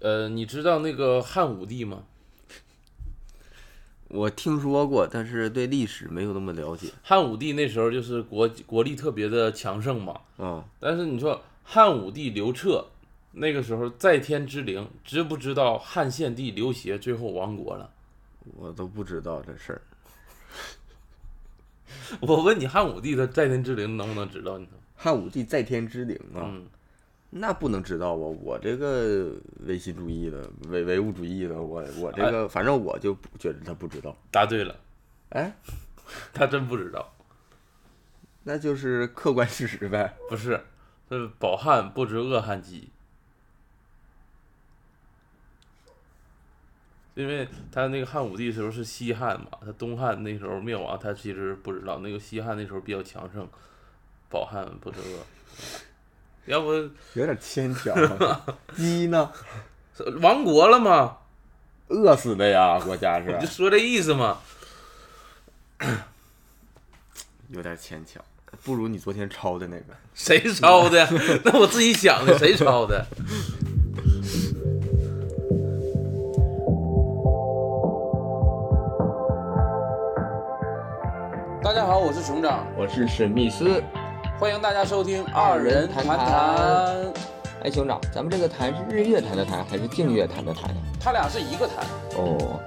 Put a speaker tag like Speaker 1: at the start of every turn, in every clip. Speaker 1: 呃，你知道那个汉武帝吗？
Speaker 2: 我听说过，但是对历史没有那么了解
Speaker 1: 汉武帝那时候就是国国力特别的强盛嘛，
Speaker 2: 啊、
Speaker 1: 但是你说汉武帝刘彻那个时候在天之灵，知不知道汉献帝刘协最后亡国了？
Speaker 2: 我都不知道这事儿。
Speaker 1: 我问你，汉武帝他在天之灵能不能知道？你说，
Speaker 2: 汉武帝在天之灵啊，
Speaker 1: 嗯，
Speaker 2: 那不能知道啊！我这个唯心主义的、唯唯物主义的，我我这
Speaker 1: 哎
Speaker 2: 个反正我就不觉得他不知道。
Speaker 1: 答对了，
Speaker 2: 哎，
Speaker 1: 他真不知道，
Speaker 2: 那就是客观事实呗。
Speaker 1: 不是，是饱汉不知饿汉饥，因为他那个汉武帝时候是西汉嘛，他东汉那时候灭亡，他其实不知道那个西汉那时候比较强盛，饱汉不知饿， 要不呃
Speaker 2: 有点牵强啊。 鸡呢？
Speaker 1: 亡国了吗？
Speaker 2: 饿死的呀，国家
Speaker 1: 我就是说这意思嘛。
Speaker 2: 有点牵强，不如你昨天抄的那个。
Speaker 1: 谁抄 的？那我自己想的，谁抄的？大家好，我是熊掌，
Speaker 2: 我是史密斯。
Speaker 1: 欢迎大家收听
Speaker 3: 二人谈谈。哎，兄长，咱们这个谈是日月潭的谈还是净月潭的谈呀？
Speaker 1: 他俩是一个谈，
Speaker 3: 哦，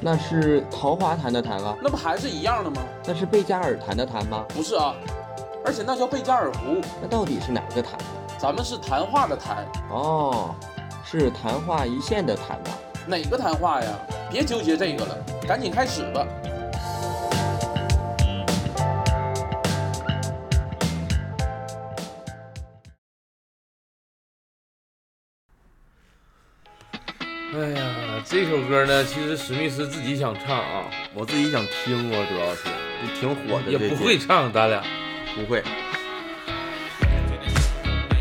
Speaker 3: 那是桃花潭的潭吗？
Speaker 1: 那不还是一样的吗？
Speaker 3: 那是贝加尔潭的潭吗？
Speaker 1: 不是啊，而且那叫贝加尔湖，
Speaker 3: 那到底是哪个潭？
Speaker 1: 咱们是谈话的谈，
Speaker 3: 哦，是昙花一现的潭吧？
Speaker 1: 哪个谈话呀？别纠结这个了，赶紧开始吧。哎呀，这首歌呢，其实史密斯自己想唱啊，
Speaker 2: 我自己想听啊，主要是就挺火的，
Speaker 1: 也
Speaker 2: 这
Speaker 1: 不
Speaker 2: 届
Speaker 1: 会，唱，咱俩。
Speaker 2: 不会。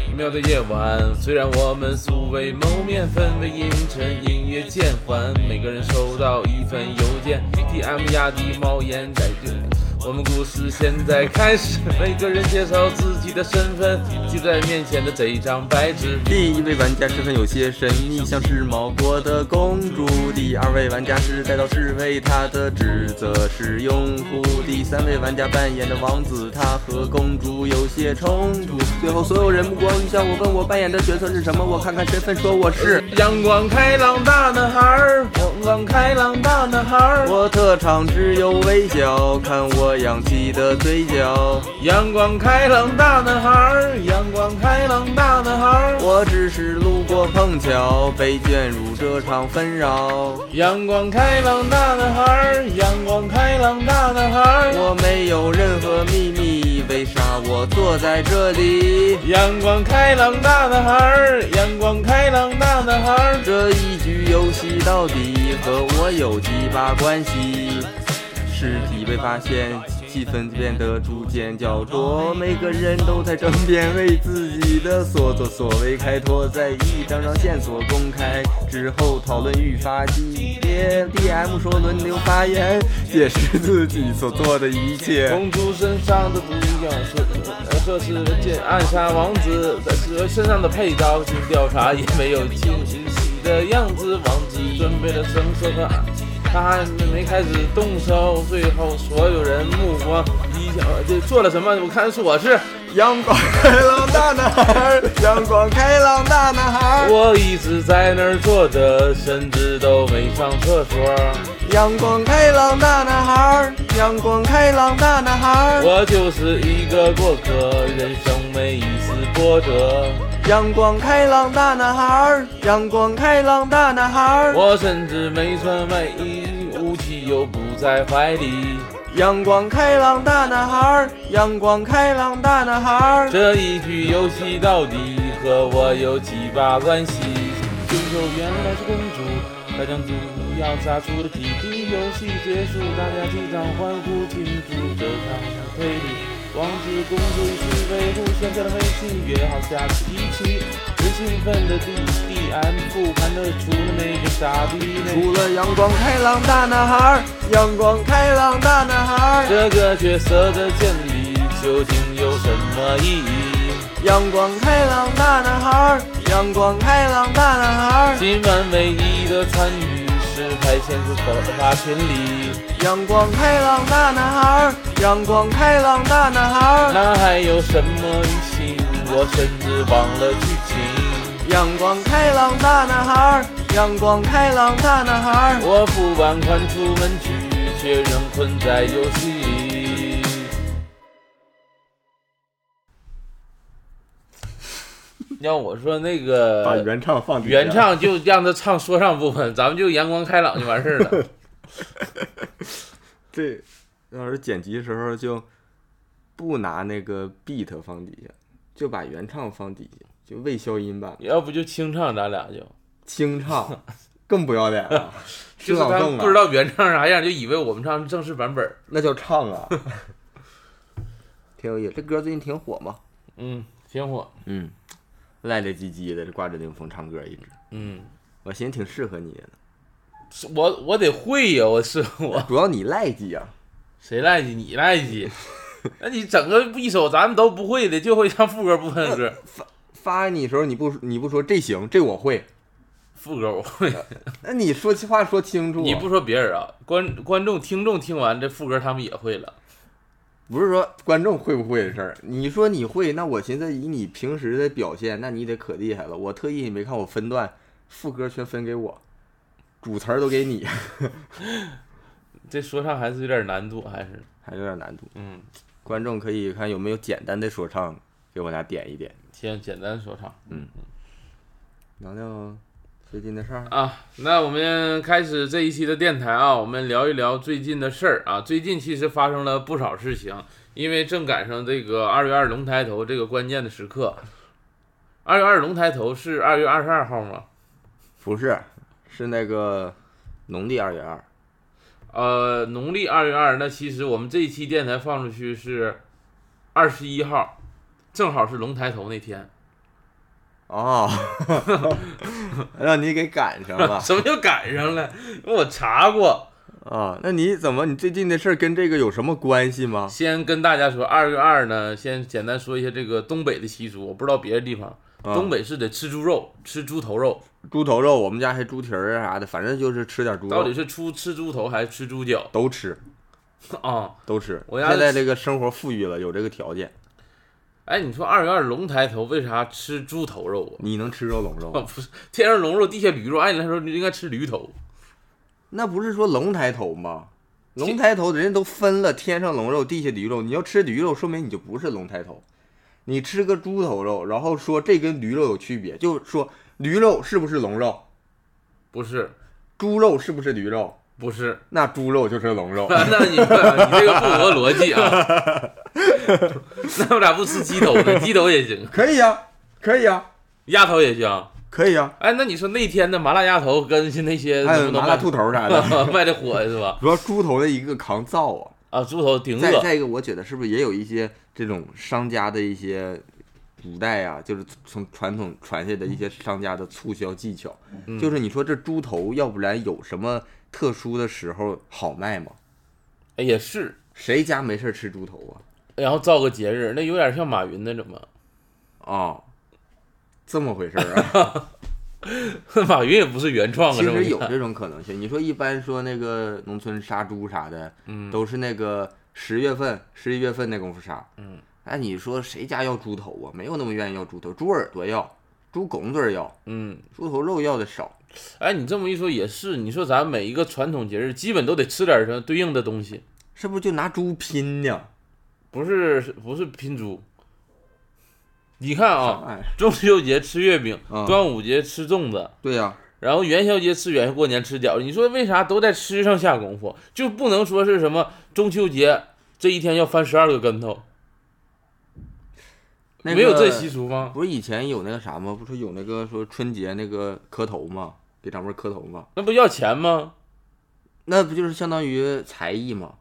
Speaker 1: 美妙的夜晚，虽然我们素未谋面，氛围阴沉，音乐渐缓，每个人收到一份邮件，DM 压低猫眼改变。我们故事现在开始，每个人介绍自己的身份，记在面前的这一张白纸。
Speaker 2: 第一位玩家身份有些神秘，像是毛国的公主；第二位玩家是带刀侍卫，他的职责是拥护；第三位玩家扮演的王子，他和公主有些冲突。最后，所有人目光一笑，我问我扮演的角色是什么？我看看身份，说我是。
Speaker 1: 阳光开朗大男孩儿，阳光开朗大男孩儿，
Speaker 2: 我特长只有微笑，看我扬起的嘴角。
Speaker 1: 阳光开朗大男孩儿，阳光开朗大男孩儿。
Speaker 2: 我只是路过碰巧，被卷入这场纷扰。
Speaker 1: 阳光开朗大男孩儿，阳光开朗大男孩儿，
Speaker 2: 我没有任何秘密，为啥我坐在这里？
Speaker 1: 阳光开朗大男孩儿，阳光开朗大男孩儿。
Speaker 2: 这一局游戏到底和我有几把关系？尸体被发现，气氛变得逐渐焦灼，每个人都在争辩为自己的所作所为开脱，在一张张线索公开之后讨论愈发激烈。DM 说轮流发言，解释自己所做的一切。
Speaker 1: 公主身上的毒药是，呃，这是人间暗杀王子，但是身上的配刀经调查也没有清晰的样子。王子准备了绳索和啊他还没开始动手，最后所有人目光一想，这做了什么？我看我是。
Speaker 2: 阳光开朗大男孩，阳光开朗大男孩，
Speaker 1: 我一直在那儿坐着，甚至都没上厕所。
Speaker 2: 阳光开朗大男孩，阳光开朗大男孩，
Speaker 1: 我就是一个过客，人生没一丝波折。
Speaker 2: 阳光开朗大男孩，阳光开朗大男孩，
Speaker 1: 我甚至没穿外衣，武器又不在怀里。
Speaker 2: 阳光开朗大男孩，阳光开朗大男孩。
Speaker 1: 这一局游戏到底和我有几把关系？凶手原来是公主，她将毒药杀出了几滴。游戏结束，大家击掌欢呼庆祝这场推理。王子公主是被互相加了微信，约好下次一起。人兴奋的 D D M 复盘的除了那个傻逼那
Speaker 2: 除了阳光开朗大男孩，阳光开朗大男孩，
Speaker 1: 这个角色的建立究竟有什么意义？
Speaker 2: 阳光开朗大男孩，阳光开朗大男孩，
Speaker 1: 今晚唯一的参与是排遣自发群里。
Speaker 2: 阳光开朗大男孩，阳光开朗大男孩，
Speaker 1: 那还有什么旅行？我甚至忘了剧情。
Speaker 2: 阳光开朗大男孩，阳光开朗大男孩。
Speaker 1: 我不挽款出门去，却仍困在游戏里。要我说，那
Speaker 4: 把
Speaker 1: 个
Speaker 4: 原唱放进去
Speaker 1: 原，唱就让他唱说唱部分，咱们就阳光开朗就完事儿 了。
Speaker 2: 这要是剪辑的时候就不拿那个 beat 放底下，就把原唱放底下，就未消音版
Speaker 1: 要不就清唱，咱俩就
Speaker 2: 清唱， 更不要脸了，这
Speaker 1: 就是
Speaker 2: 老
Speaker 1: 他
Speaker 2: 邓
Speaker 1: 们
Speaker 2: 啊，
Speaker 1: 不知道原唱啥样，就以为我们唱正式版本儿。
Speaker 2: 那叫 唱啊，挺有意思。这歌最近挺火嘛，
Speaker 1: 嗯，挺火。
Speaker 2: 嗯，赖赖唧唧的，挂着领风唱歌一直，
Speaker 1: 嗯，
Speaker 2: 我寻思挺适合你的呢，
Speaker 1: 是我我得会呀，我是我。
Speaker 2: 主要你赖唧啊，
Speaker 1: 谁赖叽？你赖 叽？那你整个一首咱们都不会的，就会唱副歌部分的 歌。
Speaker 2: 发给你的时候你不你不说这行这我会，
Speaker 1: 副歌我会，
Speaker 2: 那你说话说清楚啊，
Speaker 1: 你不说别人啊，观观众、听众听完这副歌，他们也会了。
Speaker 2: 不是说观众会不会的事儿，你说你会，那我寻思以你平时的表现，那你得可厉害了。我特意你没看我分段，副歌全分给我，主词儿都给你，
Speaker 1: 这说唱还是有点难度，还是
Speaker 2: 还有点难度。
Speaker 1: 嗯，
Speaker 2: 观众可以看有没有简单的说唱，给我俩点一点，
Speaker 1: 行，简单说唱
Speaker 2: 聊聊最近的事儿。
Speaker 1: 啊。那我们开始这一期的电台啊，我们聊一聊最近的事儿啊。最近其实发生了不少事情，因为正赶上这个二月二龙抬头这个关键的时刻。二月二龙抬头是二月二十二号吗？
Speaker 2: 不是，是那个农历二月二，
Speaker 1: 呃，农历二月二，那其实我们这一期电台放出去是二十一号，正好是龙抬头那天。
Speaker 2: 哦， 让你给赶上 了
Speaker 1: 什么叫赶上了？我查过。
Speaker 2: 啊、那你怎么，你最近的事儿跟这个有什么关系吗？
Speaker 1: 先跟大家说，二月二呢，先简单说一下这个东北的习俗。我不知道别的地方，
Speaker 2: 啊
Speaker 1: 东北是得吃猪肉，吃猪头肉，
Speaker 2: 猪头肉，我们家还猪蹄儿啊啥的，反正就是吃点猪
Speaker 1: 到底
Speaker 2: 肉，
Speaker 1: 是出吃猪头还是吃猪脚
Speaker 2: 都吃
Speaker 1: 啊、
Speaker 2: 都吃。
Speaker 1: 我家
Speaker 2: 现在这个生活富裕了，有这个条件，
Speaker 1: 哎，你说二月二龙抬头，为啥吃猪头肉
Speaker 2: 你能吃着龙
Speaker 1: 啊？
Speaker 2: 肉
Speaker 1: 啊，
Speaker 2: 吗？
Speaker 1: 不是天上龙肉，地下驴肉，按理来说你应该吃驴头。
Speaker 2: 那不是说龙抬头吗？龙抬头，人家都分了，天上龙肉，地下驴肉。你要吃驴肉，说明你就不是龙抬头。你吃个猪头肉，然后说这跟驴肉有区别，就说驴肉是不是龙肉，
Speaker 1: 不是，
Speaker 2: 猪肉是不是驴肉，
Speaker 1: 不是，。
Speaker 2: 那猪肉就是龙肉
Speaker 1: 那你不，你这个不合逻辑啊！ 那我咋不吃鸡头呢？鸡头也行，
Speaker 2: 可以呀、可以呀、啊
Speaker 1: 鸭头也行。
Speaker 2: 可以呀、
Speaker 1: 哎，那你说那天的麻辣鸭头跟那些
Speaker 2: 还
Speaker 1: 能不
Speaker 2: 有
Speaker 1: 能
Speaker 2: 麻辣
Speaker 1: 卖
Speaker 2: 兔头啥的，
Speaker 1: 卖的火是吧？
Speaker 2: 主要猪头的一个抗造啊。
Speaker 1: 啊，猪头顶
Speaker 2: 再
Speaker 1: 饿，
Speaker 2: 再一个，我觉得是不是也有一些这种商家的一些古代啊，就是从传统传下的一些商家的促销技巧，
Speaker 1: 嗯
Speaker 2: 就是你说这猪头，要不然有什么特殊的时候好卖吗？
Speaker 1: 哎也是。
Speaker 2: 谁家没事儿吃猪头
Speaker 1: 然后造个节日，那有点像马云那种嘛。
Speaker 2: 啊？啊、这么回事儿啊？
Speaker 1: 马云也不是原创啊，
Speaker 2: 其
Speaker 1: 这么
Speaker 2: 实
Speaker 1: 一
Speaker 2: 有
Speaker 1: 看
Speaker 2: 这种可能性。你说一般说那个农村杀猪啥的，
Speaker 1: 嗯
Speaker 2: 都是那个十月份、十一月份那功夫杀，
Speaker 1: 嗯，
Speaker 2: 那你说谁家要猪头啊？没有那么愿意要猪头，猪耳朵要，猪拱嘴儿要。
Speaker 1: 嗯，
Speaker 2: 猪头肉要的少，
Speaker 1: 哎，你这么一说也是，你说咱每一个传统节日基本都得吃点什么对应的东西，
Speaker 2: 是不是就拿猪拼呢？
Speaker 1: 不是不是拼猪。你看啊，
Speaker 2: 哎，
Speaker 1: 中秋节吃月饼，
Speaker 2: 嗯
Speaker 1: 端午节吃粽子，
Speaker 2: 对呀、
Speaker 1: 然后元宵节吃元宵，过年吃饺子。你说为啥都在吃上下功夫，就不能说是什么中秋节这一天要翻十二个跟头，
Speaker 2: 那个
Speaker 1: 没有这习俗吗？
Speaker 2: 不是以前有那个啥吗？不是有那个说春节那个磕头吗？给长辈磕头吗？
Speaker 1: 那不要钱吗？
Speaker 2: 那不就是相当于才艺吗？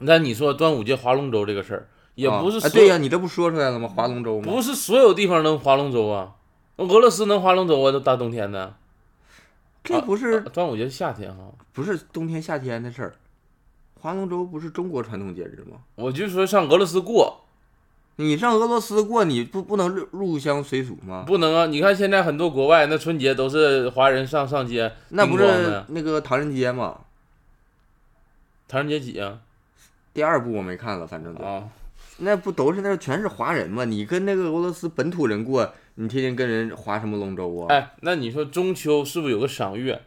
Speaker 1: 那你说端午节划龙舟这个事儿，也不是
Speaker 2: 啊啊，
Speaker 1: 所
Speaker 2: 对呀、
Speaker 1: 有、
Speaker 2: 你这不说出来了吗？划龙舟吗？
Speaker 1: 不是所有地方能划龙舟啊，俄罗斯能划龙舟啊，都大冬天的。
Speaker 2: 这不是、
Speaker 1: 啊端午节是夏天哈、
Speaker 2: 不是冬天夏天的事儿，划龙舟不是中国传统节日吗？
Speaker 1: 我就说上俄罗斯过，
Speaker 2: 你上俄罗斯过，你不不能入入乡随俗吗？
Speaker 1: 不能啊！你看现在很多国外那春节都是华人上上街，
Speaker 2: 那不
Speaker 1: 叮咣的
Speaker 2: 是那个唐人街吗？
Speaker 1: 唐人街几啊？
Speaker 2: 第二部我没看了，反正都
Speaker 1: 啊，
Speaker 2: 那不都是那全是华人吗？你跟那个俄罗斯本土人过，你天天跟人划什么龙舟啊？
Speaker 1: 哎，那你说中秋是不是有个赏月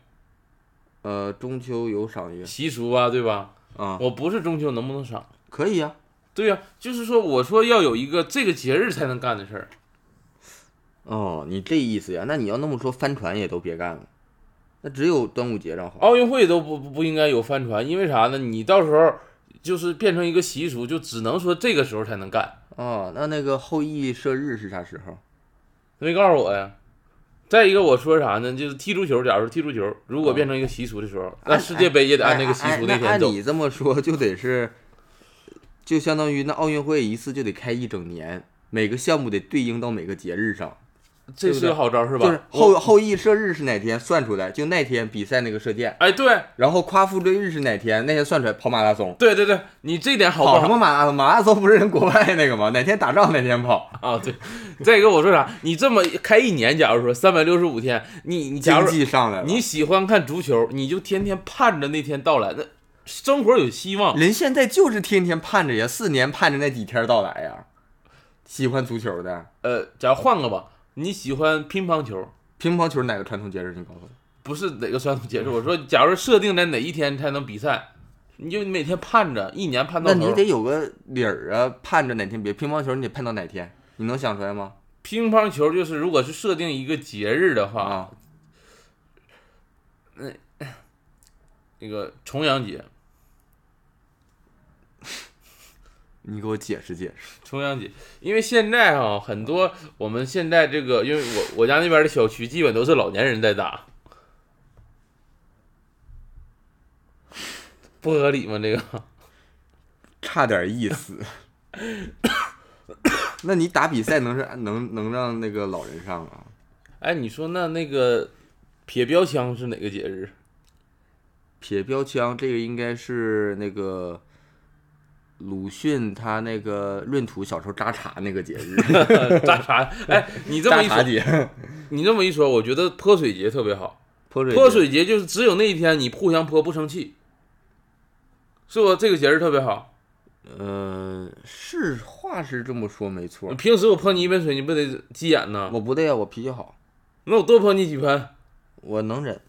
Speaker 2: 呃，中秋有赏月
Speaker 1: 习俗啊？对吧？
Speaker 2: 啊，
Speaker 1: 我不是中秋能不能赏？
Speaker 2: 可以啊呀、
Speaker 1: 对呀、就是说我说要有一个这个节日才能干的事儿，
Speaker 2: 哦，你这意思呀？那你要那么说，帆船也都别干了，那只有端午节上好。
Speaker 1: 奥运会都不不不应该有帆船，因为啥呢？你到时候就是变成一个习俗，就只能说这个时候才能干。
Speaker 2: 哦，那那个后羿射日是啥时候？
Speaker 1: 没告诉我呀。再一个，我说啥呢？就是踢足球，假如踢足球，如果变成一个习俗的时候，那
Speaker 2: 按
Speaker 1: 世界杯也得按
Speaker 2: 哎
Speaker 1: 那个习
Speaker 2: 哎
Speaker 1: 俗那
Speaker 2: 按
Speaker 1: 天走。
Speaker 2: 你这么说，就得是，就相当于那奥运会一次就得开一整年，每个项目得对应到每个节日上。
Speaker 1: 这是
Speaker 2: 对不对
Speaker 1: 个好招是吧？
Speaker 2: 就是
Speaker 1: 我
Speaker 2: 后后羿射日是哪天算出来，就那天比赛那个射箭。
Speaker 1: 哎，对
Speaker 2: 然后夸父追日是哪天，那天算出来跑马拉松。
Speaker 1: 对对对，你这点好不
Speaker 2: 跑什
Speaker 1: 好
Speaker 2: 么马拉松？马拉松不是人国外那个吗？哪天打仗哪天跑。
Speaker 1: 啊？对，再一个我说啥？你这么开一年，假如说三百六十五天，你你假
Speaker 2: 经
Speaker 1: 如
Speaker 2: 济上来了，
Speaker 1: 你喜欢看足球，你就天天盼着那天到来，那生活有希望。
Speaker 2: 人现在就是天天盼着呀，四年盼着那几天到来呀。喜欢足球的，
Speaker 1: 呃，假如换个吧，你喜欢乒乓球，
Speaker 2: 乒乓球哪个传统节日？你告诉我。
Speaker 1: 不是哪个传统节 日？我说，假如设定在哪一天才能比赛，你就每天盼着，一年盼到
Speaker 2: 那
Speaker 1: 头。
Speaker 2: 你得有个理儿啊，盼着哪天别乒乓球，你得盼到哪天，你能想出来吗？
Speaker 1: 乒乓球就是，如果是设定一个节日的话，
Speaker 2: 啊，
Speaker 1: 那个重阳节，
Speaker 2: 你给我解释解释。
Speaker 1: 重阳节，因为现在啊，很多我们现在这个，因为我我家那边的小区基本都是老年人在打，不合理吗？这个
Speaker 2: 差点意思。 那你打比赛能是能能让那个老人上啊？
Speaker 1: 哎，你说那那个撇标枪是哪个节日？
Speaker 2: 撇标枪这个应该是那个鲁迅他那个闰土小时候扎茶那个节日，
Speaker 1: 扎茶？哎，你 这么
Speaker 2: 扎
Speaker 1: 一
Speaker 2: 茶
Speaker 1: 说，
Speaker 2: 节，
Speaker 1: 你这么一说，我觉得泼水节特别好。
Speaker 2: 泼水节
Speaker 1: 泼水节就是只有那一天你互相泼不生气，是不？这个节日特别好。
Speaker 2: 呃，是话是这么说没错，
Speaker 1: 平时我泼你一盆水，你不得急眼呐？
Speaker 2: 我不对啊，我脾气好，
Speaker 1: 那我多泼你几盆，
Speaker 2: 我能忍。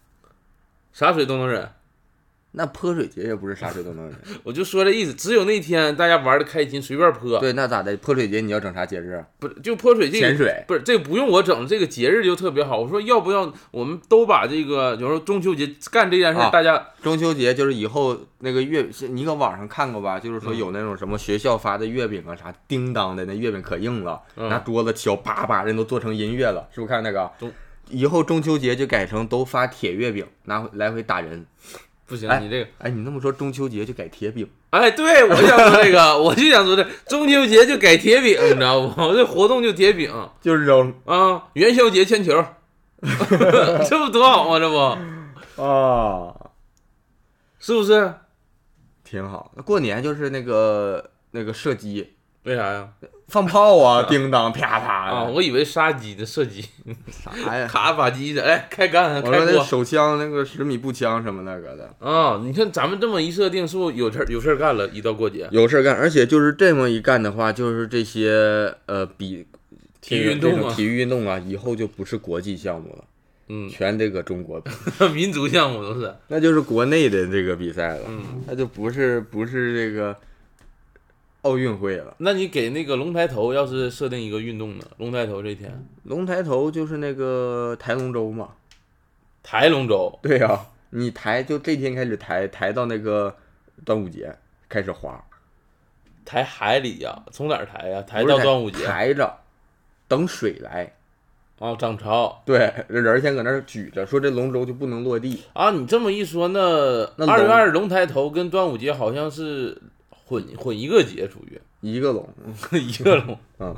Speaker 1: 啥水都能忍。
Speaker 2: 那泼水节也不是啥水都能忍，
Speaker 1: 我就说这意思，只有那天大家玩的开心，随便泼，
Speaker 2: 对，那咋的？泼水节你要整啥节日？啊
Speaker 1: 不是就泼水这
Speaker 2: 潜
Speaker 1: 个。
Speaker 2: 水。
Speaker 1: 不是，这个不用我整，这个节日就特别好。我说要不要我们都把这个，比如说中秋节干这件事，
Speaker 2: 啊
Speaker 1: 大家
Speaker 2: 中秋节就是以后那个月，你搁网上看过吧？就是说有那种什么学校发的月饼啊，啥叮当的，那月饼可硬了，
Speaker 1: 嗯
Speaker 2: 拿桌子敲，叭叭，人都做成音乐了，是不是看那个
Speaker 1: 中？
Speaker 2: 以后中秋节就改成都发铁月饼，拿回来回打人。
Speaker 1: 不行，
Speaker 2: 哎
Speaker 1: 你这个，
Speaker 2: 哎，你那么说，中秋节就改铁饼，
Speaker 1: 哎，对我就想说这个， 我就想说这中秋节就改铁饼，你知道不？ 这活动就铁饼
Speaker 2: 就是扔
Speaker 1: 啊，元宵节铅球， 这不多好吗？这不
Speaker 2: 啊，
Speaker 1: 是不是？
Speaker 2: 挺好。那过年就是那个那个射击、
Speaker 1: 为啥呀？
Speaker 2: 放炮 啊，叮当啪啪
Speaker 1: 啊，
Speaker 2: 的，
Speaker 1: 我以为杀鸡呢，射击，
Speaker 2: 啥呀？
Speaker 1: 卡把鸡的，哎，开干，
Speaker 2: 我说
Speaker 1: 开
Speaker 2: 那
Speaker 1: 锅。
Speaker 2: 手枪那个十米步枪什么那个的，
Speaker 1: 啊、你看咱们这么一设定，是不是有事儿有事儿干了？一到过节，
Speaker 2: 有事儿干，而且就是这么一干的话，就是这些呃比
Speaker 1: 体育运动
Speaker 2: 这种
Speaker 1: 啊，
Speaker 2: 体育运动啊，以后就不是国际项目了，
Speaker 1: 嗯，
Speaker 2: 全得搁中国比，
Speaker 1: 民族项目都是，
Speaker 2: 那就是国内的这个比赛了，
Speaker 1: 嗯，
Speaker 2: 那就不是不是这个奥运会了。
Speaker 1: 那你给那个龙抬头要是设定一个运动呢？龙抬头这一天，
Speaker 2: 龙抬头就是那个抬龙舟嘛，
Speaker 1: 抬龙舟，
Speaker 2: 对啊呀、你抬就这天开始抬，抬到那个端午节开始划，
Speaker 1: 抬海里呀、从哪儿抬呀、抬
Speaker 2: 不是
Speaker 1: 到端午节
Speaker 2: 抬着，等水来。
Speaker 1: 啊，涨潮
Speaker 2: 对，这人先搁那儿举着，说这龙舟就不能落地。
Speaker 1: 啊！你这么一说，那
Speaker 2: 那龙
Speaker 1: 二月二龙抬头跟端午节好像是混混一个节，属于
Speaker 2: 一个龙，
Speaker 1: 一个龙，
Speaker 2: 嗯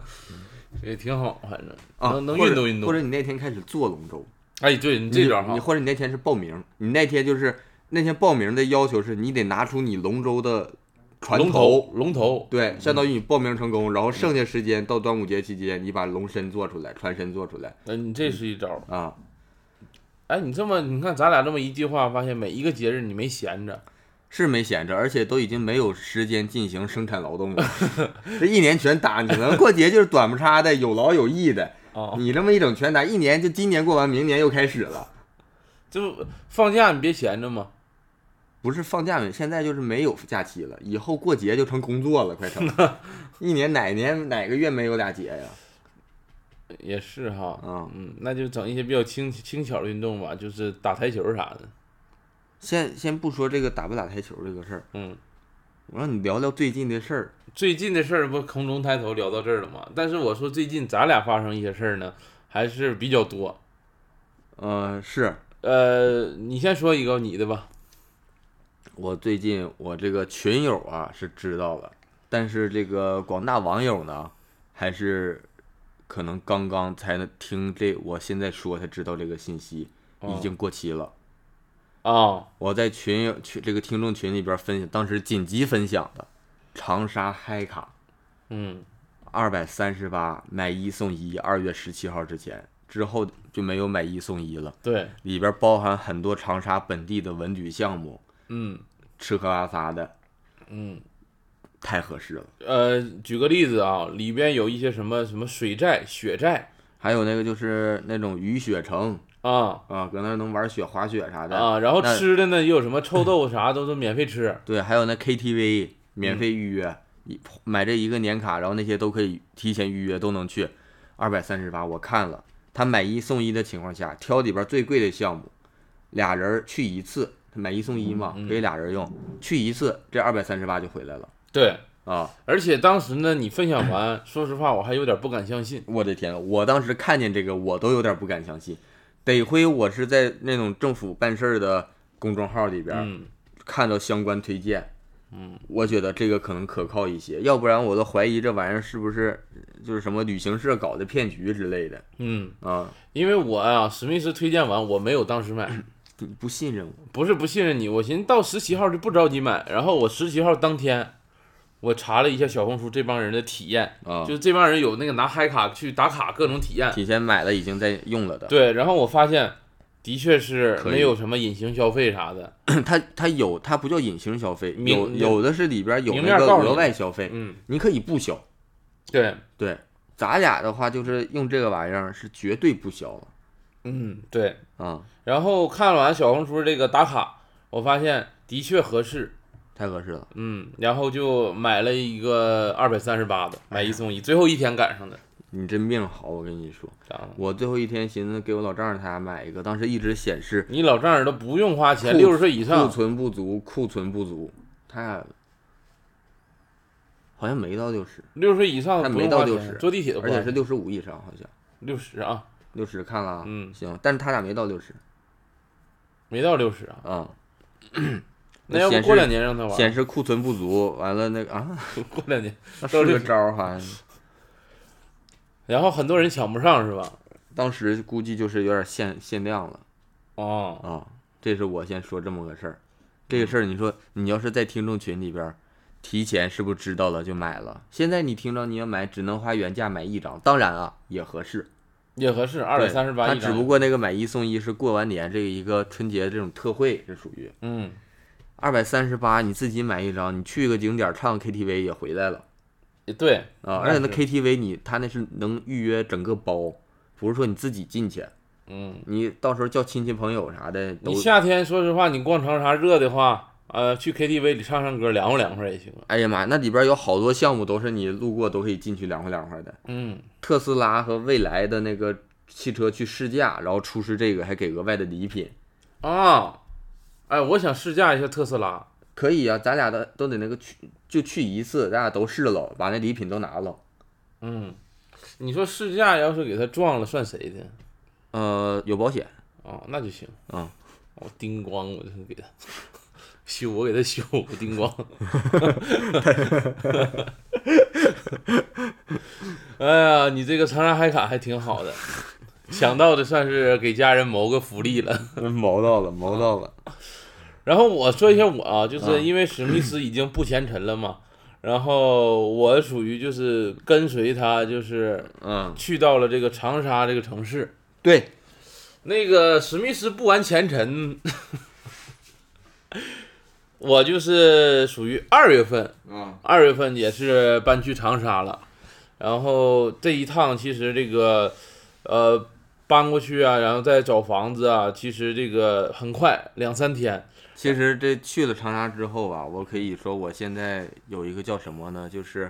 Speaker 1: 也挺好，反正
Speaker 2: 啊，
Speaker 1: 能能
Speaker 2: 或者
Speaker 1: 运动运动
Speaker 2: 或者你那天开始做龙舟，
Speaker 1: 哎，对你这招
Speaker 2: 你
Speaker 1: 哈，
Speaker 2: 或者你那天是报名，你那天就是那天报名的要求是你得拿出你龙舟的船
Speaker 1: 龙
Speaker 2: 头，
Speaker 1: 龙头，
Speaker 2: 对，相当于你报名成功，然后剩下时间到端午节期间，你把龙身做出来，船身做出来
Speaker 1: 那哎你这是一招。
Speaker 2: 啊。
Speaker 1: 哎，你这么，你看咱俩这么一句话，发现每一个节日你没闲着，
Speaker 2: 是没闲着，而且都已经没有时间进行生产劳动了， 这一年全打，你们过节就是短不差的，有劳有逸的。
Speaker 1: 啊，
Speaker 2: 你这么一整全打，一年就今年过完，明年又开始了。
Speaker 1: 就放假你别闲着嘛。
Speaker 2: 不是放假没，现在就是没有假期了，以后过节就成工作了，快成。一年哪年哪个月没有俩节呀？
Speaker 1: 也是哈，
Speaker 2: 嗯
Speaker 1: 嗯，那就整一些比较轻轻巧的运动吧，就是打台球啥的。
Speaker 2: 先先不说这个打不打台球这个事儿，
Speaker 1: 嗯，
Speaker 2: 我让你聊聊最近的事儿。
Speaker 1: 最近的事儿不空中抬头聊到这儿了吗？但是我说最近咱俩发生一些事儿呢，还是比较多。
Speaker 2: 呃，是
Speaker 1: 呃，你先说一个你的吧。
Speaker 2: 我最近我这个群友啊是知道了，但是这个广大网友呢，还是可能刚刚才能听这我现在说才知道这个信息，
Speaker 1: 哦
Speaker 2: 已经过期了。
Speaker 1: 啊、
Speaker 2: 我在群友群这个听众群里边分享，当时紧急分享的长沙嗨卡
Speaker 1: 嗯，
Speaker 2: 二百三十八买一送一，二月十七号之前，之后就没有买一送一了。
Speaker 1: 对，
Speaker 2: 里边包含很多长沙本地的文旅项目，
Speaker 1: 嗯
Speaker 2: 吃喝拉撒的
Speaker 1: 嗯，
Speaker 2: 太合适了。
Speaker 1: 呃，举个例子啊，里边有一些什么什么水寨、雪寨
Speaker 2: 还有那个就是那种雨雪城
Speaker 1: 啊
Speaker 2: 啊，搁那儿能玩雪、滑雪啥的
Speaker 1: 啊，然后
Speaker 2: 那
Speaker 1: 吃的呢又有什么臭豆腐啥都是免费吃。
Speaker 2: 对，还有那 KTV 免费预约，一买这一个年卡，然后那些都可以提前预约，都能去。二百三十八，我看了，他买一送一的情况下，挑里边最贵的项目，俩人儿去一次，他买一送一嘛，可以俩人用，去一次，这二百三十八就回来了
Speaker 1: 对，
Speaker 2: 啊！
Speaker 1: 而且当时呢，你分享完，说实话我还有点不敢相信。
Speaker 2: 我的天呐，我当时看见这个，我都有点不敢相信，得亏我是在那种政府办事儿的公众号里边，
Speaker 1: 嗯，
Speaker 2: 看到相关推荐，嗯，我觉得这个可能可靠一些，要不然我都怀疑这玩意儿是不是就是什么旅行社搞的骗局之类的
Speaker 1: 嗯，
Speaker 2: 啊？
Speaker 1: 因为我啊，史密斯推荐完，我没有当时买，
Speaker 2: 你不信任我？
Speaker 1: 不是不信任你，我寻思到十七号就不着急买。然后我十七号当天，我查了一下小红书这帮人的体验，
Speaker 2: 啊
Speaker 1: 就这帮人有那个拿嗨卡去打卡各种体验，
Speaker 2: 提前买了已经在用了的，
Speaker 1: 对。然后我发现，的确是
Speaker 2: 可以
Speaker 1: 没有什么隐形消费啥的，
Speaker 2: 它它有它不叫隐形消费，
Speaker 1: 明
Speaker 2: 有有的是里边有
Speaker 1: 明
Speaker 2: 那
Speaker 1: 面
Speaker 2: 个
Speaker 1: 告诉你
Speaker 2: 额外消费，
Speaker 1: 嗯，
Speaker 2: 你可以不消。
Speaker 1: 对，
Speaker 2: 对，咱俩的话就是用这个玩意儿是绝对不消了
Speaker 1: 嗯，对。
Speaker 2: 啊，
Speaker 1: 然后看完小红书这个打卡，我发现的确合适，
Speaker 2: 太合适了。
Speaker 1: 嗯，然后就买了一个二百三十八的，买一送一，最后一天赶上的，
Speaker 2: 你这命好，我跟你说，
Speaker 1: 知道吗
Speaker 2: 我最后一天寻思给我老丈人他俩买一个，当时一直显示
Speaker 1: 你老丈人都不用花钱，
Speaker 2: 库
Speaker 1: 六十岁以
Speaker 2: 库
Speaker 1: 上，
Speaker 2: 存不足，库存不足，他俩好像没到六十，
Speaker 1: 六十岁以上
Speaker 2: 还没
Speaker 1: 不用花
Speaker 2: 到
Speaker 1: 钱，
Speaker 2: 60
Speaker 1: 坐地铁都不
Speaker 2: 而
Speaker 1: 花
Speaker 2: 且是
Speaker 1: 钱，
Speaker 2: 六十五以上，好像
Speaker 1: 六十啊，
Speaker 2: 六十看了啊，
Speaker 1: 嗯
Speaker 2: 行，但是他俩没到六十
Speaker 1: 没到六十啊，
Speaker 2: 啊，
Speaker 1: 那要不
Speaker 2: 显示
Speaker 1: 过两年让他玩，
Speaker 2: 显示库存不足，完了那个啊，
Speaker 1: 过两年，
Speaker 2: 那
Speaker 1: 到
Speaker 2: 是个
Speaker 1: 60
Speaker 2: 招儿，好像
Speaker 1: 然后很多人抢不上是吧？
Speaker 2: 当时估计就是有点限限量了
Speaker 1: 哦，
Speaker 2: 啊，这是我先说这么个事儿，这个事儿你说你要是在听众群里边儿。提前是不是知道了就买了？现在你听着你要买，只能花原价买一张，当然啊也合适，
Speaker 1: 也合适，二百
Speaker 2: 对
Speaker 1: 三十八
Speaker 2: 它
Speaker 1: 一
Speaker 2: 只不
Speaker 1: 张，
Speaker 2: 过那个买一送一是过完年这个一个春节这种特惠，这属于
Speaker 1: 嗯，
Speaker 2: 二百三十八，你自己买一张，你去个景点唱 KTV 也回来了
Speaker 1: 也对
Speaker 2: 啊。而且那
Speaker 1: 是
Speaker 2: KTV 你它那是能预约整个包，不是说你自己进去，
Speaker 1: 嗯，
Speaker 2: 你到时候叫亲戚朋友啥的都
Speaker 1: 你。夏天说实话，你逛长沙热的话，呃，去 KTV 里唱唱歌，凉快凉快也行啊，
Speaker 2: 哎呀妈，那里边有好多项目都是你路过都可以进去凉快凉快的。
Speaker 1: 嗯，
Speaker 2: 特斯拉和蔚来的那个汽车去试驾，然后出示这个还给额外的礼品，
Speaker 1: 啊，哎，我想试驾一下特斯拉，
Speaker 2: 可以啊，咱俩的都得那个去就去一次，咱俩都试了，把那礼品都拿了。
Speaker 1: 嗯，你说试驾要是给他撞了，算谁的？
Speaker 2: 呃，有保险
Speaker 1: 哦，那就行。
Speaker 2: 啊、
Speaker 1: 我叮咣，我就是给他修，我给他修，我叮咣。哎呀，你这个长沙海卡还挺好的， 想到的算是给家人谋个福利了。
Speaker 2: 谋到了，谋到了。
Speaker 1: 然后我说一下我啊，就
Speaker 2: 啊
Speaker 1: 是因为史密斯已经不前尘了嘛，然后我属于就是跟随他，就是
Speaker 2: 嗯，
Speaker 1: 去到了这个长沙这个城市。
Speaker 2: 对，
Speaker 1: 那个史密斯不完前尘， 我就是属于二月份，
Speaker 2: 嗯
Speaker 1: 二月份也是搬去长沙了，然后这一趟其实这个，呃，搬过去啊，然后再找房子啊，其实这个很快两三天，
Speaker 2: 其实这去了长沙之后啊，我可以说我现在有一个叫什么呢？就是，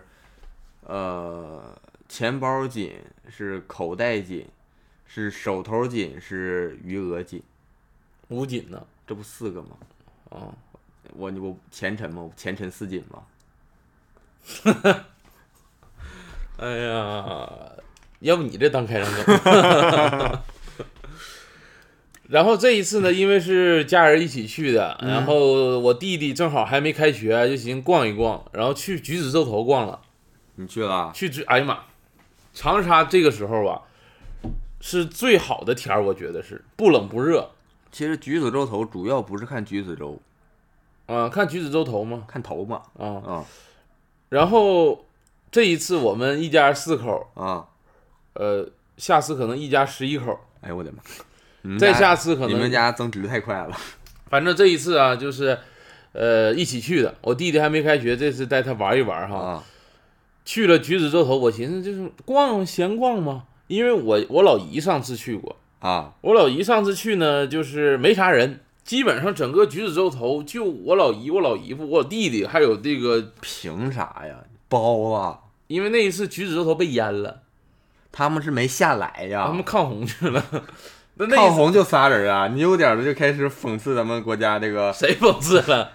Speaker 2: 呃，钱包紧，是口袋紧，是手头紧，是余额紧，
Speaker 1: 捂紧呢，
Speaker 2: 这不四个吗？
Speaker 1: 啊、
Speaker 2: 哦我我前尘吗？我前尘似锦吗？
Speaker 1: 哎呀，要不你这当开场梗。 然后这一次呢，因为是家人一起去的，
Speaker 2: 嗯
Speaker 1: 然后我弟弟正好还没开学，就寻思逛一逛，然后去橘子洲头逛了。
Speaker 2: 你去了？啊
Speaker 1: 去追，哎呀妈，长沙这个时候啊，是最好的天儿，我觉得是不冷不热
Speaker 2: 其实橘子洲头主要不是看橘子洲，
Speaker 1: 啊、看橘子洲头嘛
Speaker 2: 看头嘛。
Speaker 1: 啊、
Speaker 2: 啊
Speaker 1: 然后这一次我们一家四口，
Speaker 2: 啊！
Speaker 1: 呃，下次可能一家十一口，
Speaker 2: 哎呦我的妈！你们
Speaker 1: 再
Speaker 2: 家
Speaker 1: 下次可
Speaker 2: 嗯你
Speaker 1: 能
Speaker 2: 们家增值太快了。
Speaker 1: 反正这一次啊，就是呃一起去的。我弟弟还没开学，这次带他玩一玩哈。
Speaker 2: 啊
Speaker 1: 去了橘子洲头，我寻思就是逛闲逛嘛，因为我我老姨上次去过，
Speaker 2: 啊！
Speaker 1: 我老姨上次去呢，就是没啥人，基本上整个橘子洲头就我老姨、我老姨夫、我弟弟，还有这个，
Speaker 2: 凭啥呀？包啊！
Speaker 1: 因为那一次橘子洲头被淹了，
Speaker 2: 他们是没下来呀。
Speaker 1: 他们抗洪去了。 那那
Speaker 2: 啊抗
Speaker 1: 一次
Speaker 2: 洪就仨人啊！你有点儿的就开始讽刺咱们国家这个
Speaker 1: 谁讽刺了？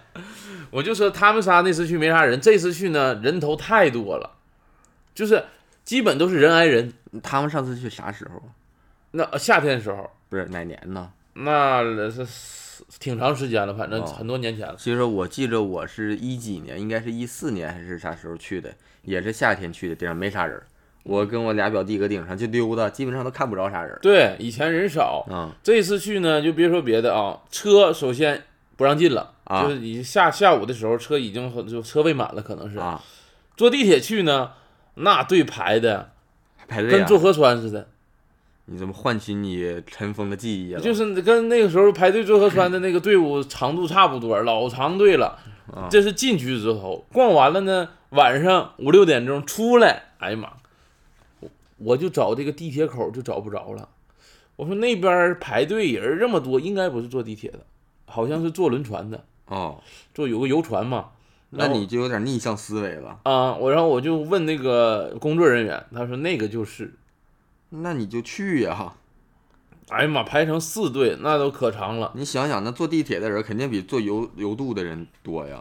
Speaker 1: 我就说他们仨那次去没啥人，这次去呢人头太多了，就是基本都是人挨人。
Speaker 2: 嗯他们上次去啥时候？
Speaker 1: 那呃夏天的时候，
Speaker 2: 不是哪年呢？
Speaker 1: 那是挺长时间了，反正
Speaker 2: 哦
Speaker 1: 很多年前了。
Speaker 2: 其实我记着我是一几年，应该是一四年还是啥时候去的，也是夏天去的，顶上没啥人儿。我跟我俩表弟搁顶上就溜达，基本上都看不着啥人儿。
Speaker 1: 对，以前人少，
Speaker 2: 嗯
Speaker 1: 这次去呢，就别说别的啊，车首先不让进了，
Speaker 2: 啊
Speaker 1: 就是已经下下午的时候，车已经很就车位满了，可能是、
Speaker 2: 啊，
Speaker 1: 坐地铁去呢，那队排的
Speaker 2: 排队
Speaker 1: 跟
Speaker 2: 啊！
Speaker 1: 坐河川似的，
Speaker 2: 你怎么唤起你尘封的记忆了？
Speaker 1: 就是跟那个时候排队坐河川的那个队伍长度差不多，老长队了。
Speaker 2: 嗯啊
Speaker 1: 这是进去之后，逛完了呢，晚上五六点钟出来，哎呀妈，我我就找这个地铁口就找不着了。我说那边排队人这么多，应该不是坐地铁的，好像是坐轮船的。
Speaker 2: 哦，
Speaker 1: 就有个游船嘛。
Speaker 2: 那
Speaker 1: 然后
Speaker 2: 你就有点逆向思维了。
Speaker 1: 啊，我然后我就问那个工作人员，他说那个就是，
Speaker 2: 那你就去呀、
Speaker 1: 哎呀妈，排成四队那都可长了。
Speaker 2: 你想想，那坐地铁的人肯定比坐游游渡的人多呀。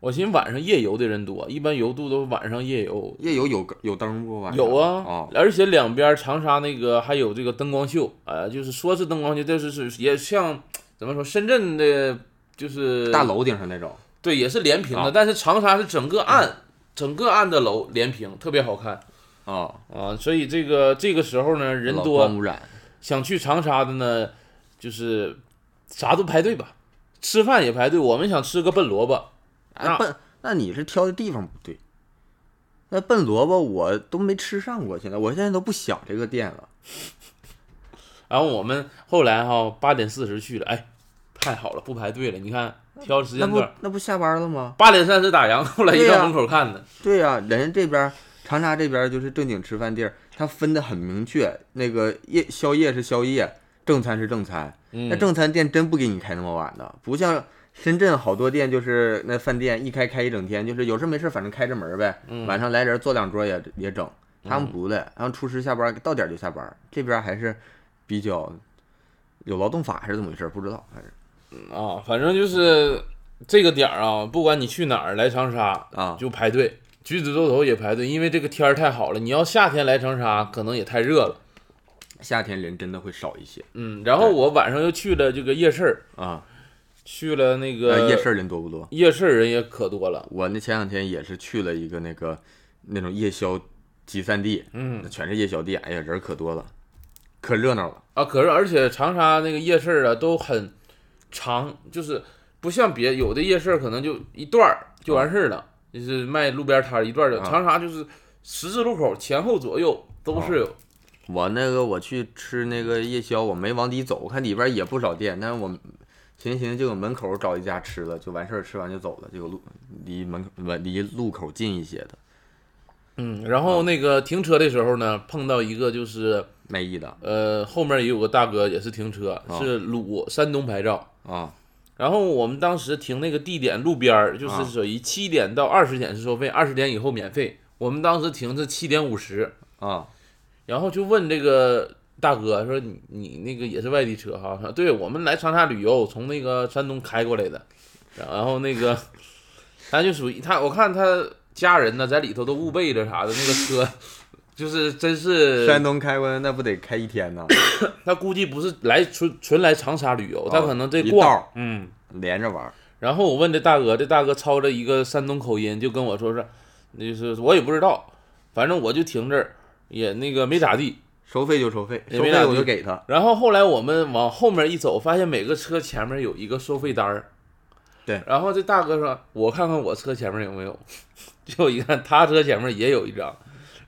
Speaker 1: 我寻思晚上夜游的人多，一般游渡都是晚上夜游。
Speaker 2: 夜游有个有灯不晚上？
Speaker 1: 有啊，
Speaker 2: 哦，
Speaker 1: 而且两边长沙那个还有这个灯光秀，呃，就是说是灯光秀，但是是也像怎么说，深圳的就是
Speaker 2: 大，楼顶上那种。
Speaker 1: 对，也是连屏的，
Speaker 2: 啊嗯
Speaker 1: 但是长沙是整个岸，整个岸的楼连屏，特别好看
Speaker 2: 哦，
Speaker 1: 啊。所以这个这个时候呢，人
Speaker 2: 老
Speaker 1: 多，
Speaker 2: 光污染，
Speaker 1: 想去长沙的呢，就是啥都排队吧，吃饭也排队。我们想吃个笨萝卜，
Speaker 2: 哎
Speaker 1: 那
Speaker 2: 笨，那你是挑的地方不对。那笨萝卜我都没吃上过，现在我现在都不想这个店了。
Speaker 1: 然后我们后来哈八点四十去了，哎，太好了，不排队了。你看挑时
Speaker 2: 那
Speaker 1: 间
Speaker 2: 不
Speaker 1: 段，
Speaker 2: 那不下班了吗？
Speaker 1: 八点三十打烊， 后来一
Speaker 2: 对呀
Speaker 1: 到门口看的，
Speaker 2: 对呀、人家这边长沙这边就是正经吃饭地儿，它分的很明确，那个夜宵夜是宵夜，正餐是正餐。那
Speaker 1: 嗯，
Speaker 2: 正餐店真不给你开那么晚的，不像深圳好多店就是那饭店一开开一整天，就是有事没事反正开着门儿呗，晚上来人坐两桌也也整。他们不的，然后厨师下班到点儿就下班，这边还是比较有劳动法还是怎么回事儿不知道，反正
Speaker 1: 啊，反正就是这个点儿啊，不管你去哪儿来长沙
Speaker 2: 啊
Speaker 1: 就排队。橘子洲头也排队，因为这个天儿太好了。你要夏天来长沙，可能也太热了。
Speaker 2: 夏天人真的会少一些
Speaker 1: 嗯，然后
Speaker 2: 对
Speaker 1: 我晚上又去了这个夜市儿，
Speaker 2: 啊。
Speaker 1: 去了那
Speaker 2: 呃
Speaker 1: 个
Speaker 2: 夜市，人多不多？
Speaker 1: 夜市儿人也可多了。
Speaker 2: 我那前两天也是去了一个那个那种夜宵集散地，
Speaker 1: 嗯，
Speaker 2: 那全是夜宵店，哎呀人可多了，可热闹了。
Speaker 1: 啊，可是而且长沙那个夜市啊，都很长，就是不像别有的夜市可能就一段儿就完事儿了，就是卖路边摊儿一段儿的。
Speaker 2: 啊
Speaker 1: 长沙就是十字路口前后左右都是有，
Speaker 2: 我那个我去吃那个夜宵，我没往里走，我看里边也不少店，但是我寻思寻思就搁门口找一家吃了，就完事儿，吃完就走了，就有路离门口离路口近一些的，
Speaker 1: 嗯，然后那个停车的时候呢，碰到一个就是
Speaker 2: 卖艺的
Speaker 1: 呃后面也有个大哥也是停车，
Speaker 2: 啊
Speaker 1: 是鲁山东牌照。
Speaker 2: 啊
Speaker 1: 然后我们当时停那个地点路边儿，就
Speaker 2: 啊
Speaker 1: 是属于七点到二十点是收费，二十点以后免费。我们当时停是七点五十，
Speaker 2: 啊
Speaker 1: 然后就问这个大哥说你：“你那个也是外地车哈？”说：“对，我们来长沙旅游，从那个山东开过来的。”然后那个他就属于他，我看他家人呢在里头都捂被子啥的，那个车就是真是
Speaker 2: 山东开关那不得开一天呢，
Speaker 1: 他估计不是来纯纯来长沙旅游，他可能这
Speaker 2: 哦一
Speaker 1: 逛、
Speaker 2: 道
Speaker 1: 嗯。
Speaker 2: 连着玩儿，
Speaker 1: 然后我问这大哥，这大哥操着一个山东口音，就跟我说是，就是我也不知道，反正我就停这儿，也那个没咋地。
Speaker 2: 收费就收费，
Speaker 1: 也
Speaker 2: 收
Speaker 1: 没
Speaker 2: 费
Speaker 1: 咋
Speaker 2: 我就
Speaker 1: 地
Speaker 2: 给他，
Speaker 1: 然后后来我们往后面一走，发现每个车前面有一个收费单儿。
Speaker 2: 对
Speaker 1: 然后这大哥说：“我看看我车前面有没有。” 结果一看，他车前面也有一张，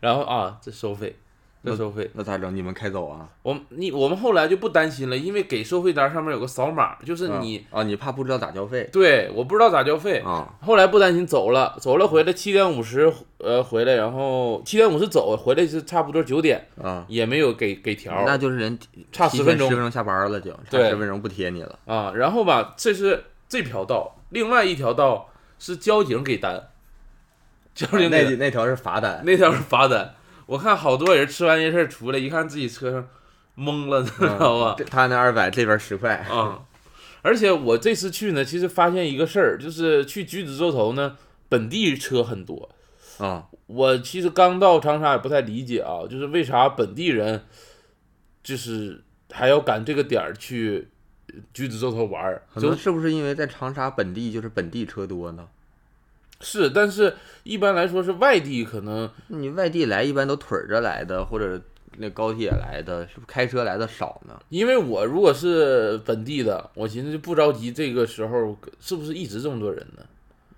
Speaker 1: 然后啊，这收费，这收费。
Speaker 2: 那咋整？你们开走啊？
Speaker 1: 我们你我们后来就不担心了，因为给收费单上面有个扫码，就是你、
Speaker 2: 啊，啊你怕不知道咋交费
Speaker 1: 对我不知道咋交费，
Speaker 2: 啊？
Speaker 1: 后来不担心走了，走了回来七点五十呃回来，然后七点五十走回来是差不多九点，
Speaker 2: 啊，
Speaker 1: 也没有给给条儿
Speaker 2: 那就是人
Speaker 1: 差
Speaker 2: 提
Speaker 1: 10
Speaker 2: 前
Speaker 1: 分钟
Speaker 2: 十分钟下班了就，差
Speaker 1: 对
Speaker 2: 十分钟不贴你了。
Speaker 1: 啊。然后吧，这是这条道，另外一条道是交警给单，交警给
Speaker 2: 啊那
Speaker 1: 单
Speaker 2: 那条是罚单，
Speaker 1: 那条是罚单。我看好多人吃完夜市出来，一看自己车上懵了，知道吧？
Speaker 2: 这他那二百，这边十块。
Speaker 1: 啊，而且我这次去呢，其实发现一个事儿，就是去橘子洲头呢，本地车很多，
Speaker 2: 啊，
Speaker 1: 我其实刚到长沙也不太理解啊，就是为啥本地人就是还要赶这个点儿去呃橘子洲头玩儿？
Speaker 2: 可
Speaker 1: 就
Speaker 2: 能是不是因为在长沙本地就是本地车多呢？
Speaker 1: 是，但是一般来说是外地可能
Speaker 2: 你外地来一般都腿儿着来的，或者那高铁来的，是不是开车来的少呢？
Speaker 1: 因为我如果是本地的，我寻思就不着急，这个时候是不是一直这么多人呢？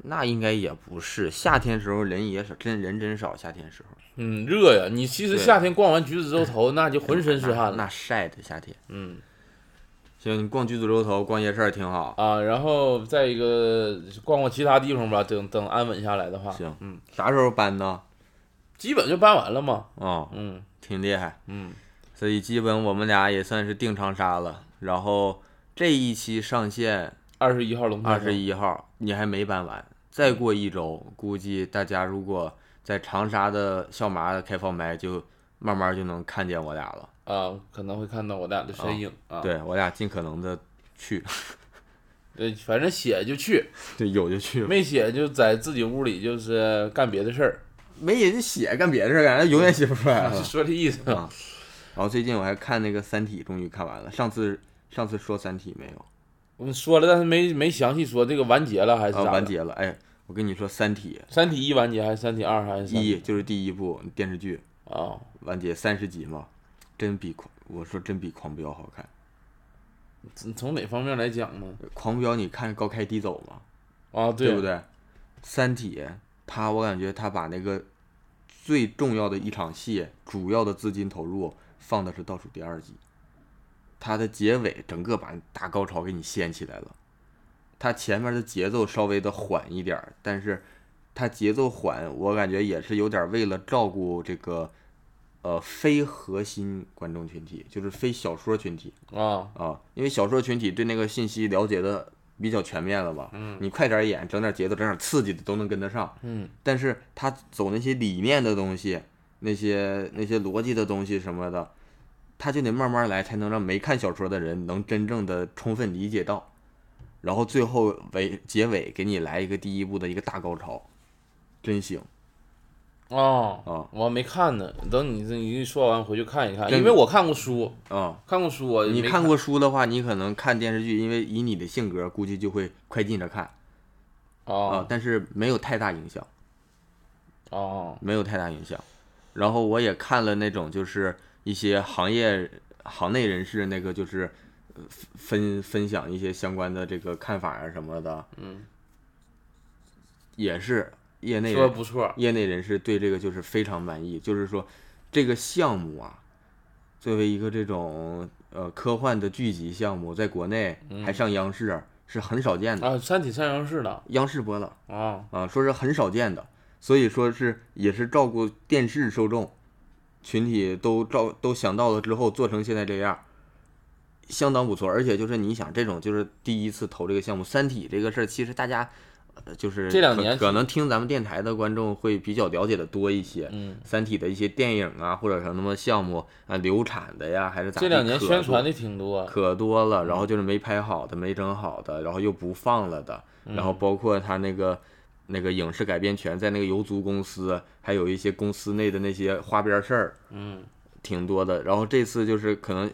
Speaker 2: 那应该也不是，夏天时候人也少，真人真少。夏天时候
Speaker 1: 嗯，热呀！你其实
Speaker 2: 对
Speaker 1: 夏天逛完橘子洲头，那就浑身是汗
Speaker 2: 那那
Speaker 1: 了。
Speaker 2: 晒的夏天。
Speaker 1: 嗯
Speaker 2: 行，你逛橘子洲头，逛夜市儿挺好。
Speaker 1: 啊，然后再一个逛逛其他地方吧，等等安稳下来的话，
Speaker 2: 行，
Speaker 1: 嗯，
Speaker 2: 啥时候搬呢？
Speaker 1: 基本就搬完了嘛。
Speaker 2: 啊、
Speaker 1: 嗯
Speaker 2: 挺厉害。
Speaker 1: 嗯。
Speaker 2: 所以基本我们俩也算是定长沙了。然后这一期上线
Speaker 1: 二十一号龙
Speaker 2: 二
Speaker 1: 潭
Speaker 2: 十一号，你还没搬完，再过一周，估计大家如果在长沙的校麻的开放麦，就慢慢就能看见我俩了。
Speaker 1: 啊，可能会看到我俩的身影啊。
Speaker 2: 对我俩尽可能的 去，
Speaker 1: 对，反正写就去，
Speaker 2: 对有就去，没
Speaker 1: 没写就在自己屋里就是干别的事儿，
Speaker 2: 没也就写干别的事儿干，永远写不出来
Speaker 1: 是
Speaker 2: 了。
Speaker 1: 说这意思。
Speaker 2: 啊，然后最近我还看那个《三体》，终于看完了。上次上次说《三体》没有？
Speaker 1: 我们说了，但是没没详细说这个完结了还是
Speaker 2: 啊，
Speaker 1: 咋？
Speaker 2: 完。结了。哎，我跟你说，《三体
Speaker 1: 三体一完结还是三体二还是》三
Speaker 2: 一
Speaker 1: 体
Speaker 2: 就是第一部电视剧，
Speaker 1: 啊？
Speaker 2: 完结三十集嘛，真比狂，我说真比狂飙好看。
Speaker 1: 从从哪方面来讲呢？
Speaker 2: 狂飙，你看高开低走嘛，
Speaker 1: 啊，
Speaker 2: 对不
Speaker 1: 对？
Speaker 2: 对？三体，他我感觉他把那个最重要的一场戏，主要的资金投入放的是倒数第二集，它的结尾整个把大高潮给你掀起来了。它前面的节奏稍微的缓一点儿，但是它节奏缓，我感觉也是有点为了照顾这个呃非核心观众群体，就是非小说群体。
Speaker 1: 啊，
Speaker 2: 啊，因为小说群体对那个信息了解的比较全面了吧？嗯，你快点演，整点节奏，整点刺激的都能跟得上。
Speaker 1: 嗯，
Speaker 2: 但是他走那些理念的东西，那些那些逻辑的东西什么的，他就得慢慢来，才能让没看小说的人能真正的充分理解到。然后最后尾结尾给你来一个第一部的一个大高潮，真行
Speaker 1: 啊，
Speaker 2: 啊
Speaker 1: 我还没看呢。等你这你一说完回去看一看，
Speaker 2: 真
Speaker 1: 因为我看过书，
Speaker 2: 啊！
Speaker 1: 看过书，我
Speaker 2: 你
Speaker 1: 呃没
Speaker 2: 看过书的话，你可能看电视剧，因为以你的性格，估计就会快进着看啊
Speaker 1: 啊，
Speaker 2: 但是没有太大影响。
Speaker 1: 啊
Speaker 2: 没有太大影响。然后我也看了那种就是一些行业行内人士那个就是呃分分享一些相关的这个看法啊什么的，
Speaker 1: 嗯，
Speaker 2: 也是业内
Speaker 1: 哦说的
Speaker 2: 人
Speaker 1: 不错，
Speaker 2: 业内人士对这个就是非常满意，就是说这个项目啊，作为一个这种呃科幻的剧集项目，在国内
Speaker 1: 嗯
Speaker 2: 还上央视、是很少见的，
Speaker 1: 啊，山体上央视了
Speaker 2: 央视播了
Speaker 1: 啊，
Speaker 2: 啊，说是很少见的，所以说是也是照顾电视受众群体都照都想到了之后做成现在这样，相当不错。而且就是你想这种就是第一次投这个项目，《三体》这个事儿，其实大家。呃就是
Speaker 1: 这两
Speaker 2: 可
Speaker 1: 年
Speaker 2: 可能听咱们电台的观众会比较了解的多一些，
Speaker 1: 嗯，
Speaker 2: 《三体》的一些电影啊，或者什么项目啊流产的呀，还是咋地？啊
Speaker 1: 这两年
Speaker 2: 可
Speaker 1: 宣传
Speaker 2: 多
Speaker 1: 的挺多，
Speaker 2: 可多了，然后就是没拍好的、没整好的，然后又不放了的，
Speaker 1: 嗯
Speaker 2: 然后包括他那个那个影视改编权在那个游族公司，还有一些公司内的那些花边事儿，
Speaker 1: 嗯，
Speaker 2: 挺多的。然后这次就是可能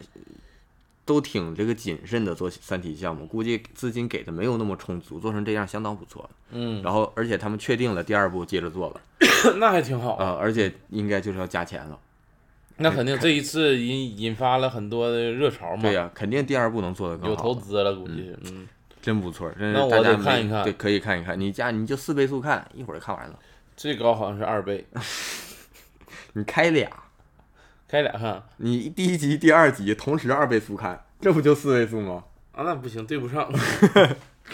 Speaker 2: 都挺这个谨慎的做《三体》项目，估计资金给的没有那么充足，做成这样相当不错。
Speaker 1: 嗯，
Speaker 2: 然后而且他们确定了第二部接着做了
Speaker 1: 那还挺好
Speaker 2: 啊、，而且应该就是要加钱了。
Speaker 1: 那肯定这一次引引发了很多的热潮嘛，
Speaker 2: 对呀、肯定第二部能做得更
Speaker 1: 嗯
Speaker 2: 好。
Speaker 1: 有投，资了估计是，嗯，
Speaker 2: 真不错，真是
Speaker 1: 那我
Speaker 2: 大家
Speaker 1: 得看
Speaker 2: 没
Speaker 1: 一看
Speaker 2: 对，可以看一看。你家你就四倍速看，一会儿看完了。
Speaker 1: 最高好像是二倍，
Speaker 2: 你开俩，
Speaker 1: 开俩看啊，
Speaker 2: 你第一集、第二集同时二倍速看，这不就四倍速吗？
Speaker 1: 啊那不行，对不上。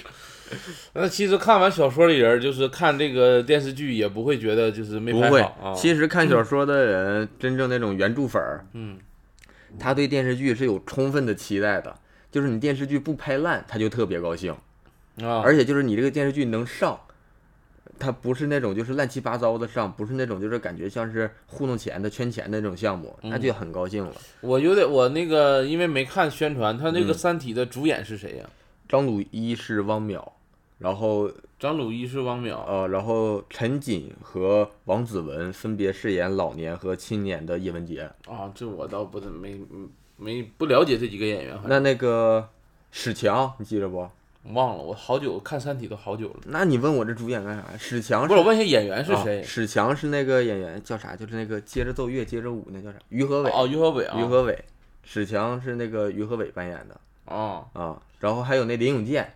Speaker 1: 那其实看完小说的人，就是看这个电视剧也不会觉得就是没
Speaker 2: 不
Speaker 1: 拍
Speaker 2: 会
Speaker 1: 好，啊。
Speaker 2: 其实看小说的人，真正那种原著粉儿，
Speaker 1: 嗯，
Speaker 2: 他对电视剧是有充分的期待的。就是你电视剧不拍烂，他就特别高兴，
Speaker 1: 啊，
Speaker 2: 而且就是你这个电视剧能上，它不是那种就是乱七八糟的上，不是那种就是感觉像是糊弄钱的、圈钱的那种项目，
Speaker 1: 嗯
Speaker 2: 那就很高兴了。
Speaker 1: 我有点我那个因为没看宣传，他
Speaker 2: 嗯
Speaker 1: 那个《三体》的主演是谁呀、
Speaker 2: 张鲁一是汪淼，然后
Speaker 1: 张鲁一是汪淼，啊
Speaker 2: 呃，然后陈瑾和王子文分别饰演老年和青年的叶文洁。
Speaker 1: 啊，这我倒不怎没没不了解这几个演员，好像
Speaker 2: 那那个史强，你记着不？
Speaker 1: 忘了，我好久看《三体》都好久了。
Speaker 2: 那你问我这主演干啥？史强
Speaker 1: 不是，我问一下演员是
Speaker 2: 啊
Speaker 1: 谁？
Speaker 2: 史强是那个演员叫啥？就是那个接着奏乐接着舞那叫啥？于和伟。
Speaker 1: 哦，于和伟啊，
Speaker 2: 于和伟，史强是那个于和伟扮演的
Speaker 1: 啊，
Speaker 2: 啊。然后还有那林永健，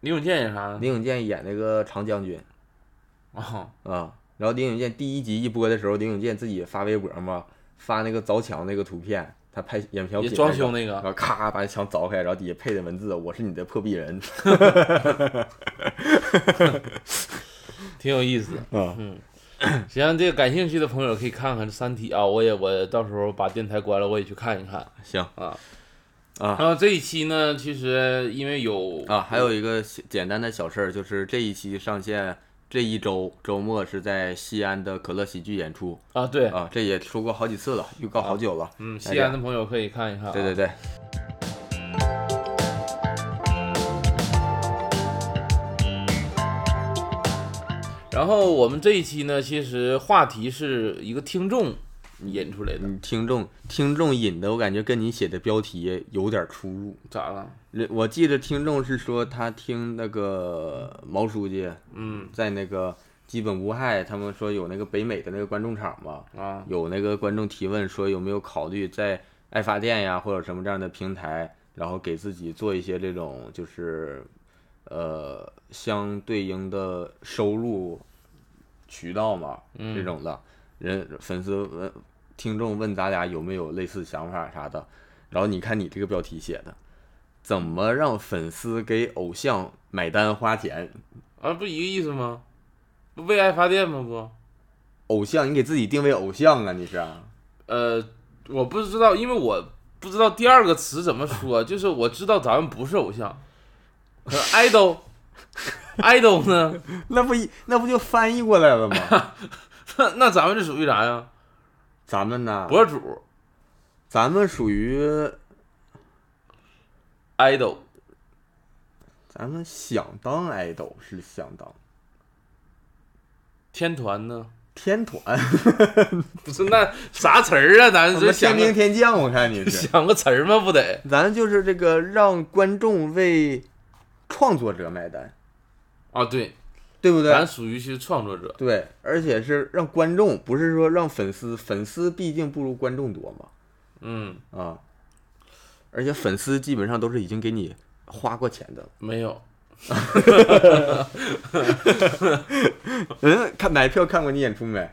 Speaker 1: 林永健演啥呢？
Speaker 2: 林永健演那个常将军
Speaker 1: 啊，
Speaker 2: 啊。然后林永健第一集一播的时候，林永健自己发微博嘛，发那个凿墙那个图片，他拍演小
Speaker 1: 也
Speaker 2: 品
Speaker 1: 装
Speaker 2: 那个
Speaker 1: 修那
Speaker 2: 然
Speaker 1: 个，
Speaker 2: 后咔把墙凿开，然后底下配的文字：“我是你的破壁人。
Speaker 1: 挺有意思。”
Speaker 2: 啊，
Speaker 1: 实际上，这个感兴趣的朋友可以看看这《三体》啊，我也我到时候把电台关了，我也去看一看
Speaker 2: 行
Speaker 1: 啊。
Speaker 2: 啊
Speaker 1: 然后这一期呢，其实因为有
Speaker 2: 啊，还有一个小简单的小事儿，就是这一期上线这一周周末是在西安的可乐喜剧演出
Speaker 1: 啊，对，
Speaker 2: 啊，这也说过好几次了，预告好久了。
Speaker 1: 嗯，
Speaker 2: 大
Speaker 1: 西
Speaker 2: 家
Speaker 1: 安的朋友可以看一看、啊。
Speaker 2: 对对对，
Speaker 1: 然后我们这一期呢，其实话题是一个听众引出来的，
Speaker 2: 你听众听众引的，我感觉跟你写的标题有点出入。
Speaker 1: 咋了？
Speaker 2: 人我记得听众是说他听那个毛书记
Speaker 1: 嗯
Speaker 2: 在那个基本无害，他们说有那个北美的那个观众场嘛，
Speaker 1: 啊，
Speaker 2: 有那个观众提问说有没有考虑在爱发电呀或者什么这样的平台，然后给自己做一些这种就是呃相对应的收入渠道嘛，这种的人粉丝问听众问咱俩有没有类似想法啥的，然后你看你这个标题写的。怎么让粉丝给偶像买单花钱？
Speaker 1: 啊，不一个意思吗？不为爱发电吗？不，
Speaker 2: 偶像，你给自己定位偶像啊？你是？
Speaker 1: 呃，我不知道，因为我不知道第二个词怎么说， 就是我知道咱们不是偶像，可是 idol，idol 呢？
Speaker 2: 那不一那不就翻译过来了吗？
Speaker 1: 那 那咱们这属于啥呀？
Speaker 2: 咱们呢？
Speaker 1: 博主
Speaker 2: 咱们属于
Speaker 1: idol
Speaker 2: 咱们想当爱豆是想当
Speaker 1: 天团呢？
Speaker 2: 天团，
Speaker 1: 不是那啥词儿啊？咱
Speaker 2: 什
Speaker 1: 这
Speaker 2: 么
Speaker 1: 想
Speaker 2: 天兵
Speaker 1: 个
Speaker 2: 天将，我看你 是。
Speaker 1: 想个词儿吗？不得
Speaker 2: 咱就是这个让观众为创作者买单，
Speaker 1: 啊？对，
Speaker 2: 对不
Speaker 1: 咱
Speaker 2: 对？
Speaker 1: 属于是创作者。
Speaker 2: 对，而且是让观众，不是说让粉丝，粉丝毕竟不如观众多嘛，
Speaker 1: 嗯，
Speaker 2: 啊。而且粉丝基本上都是已经给你花过钱 的了。
Speaker 1: 没有，
Speaker 2: 嗯，看买票看过你演出没？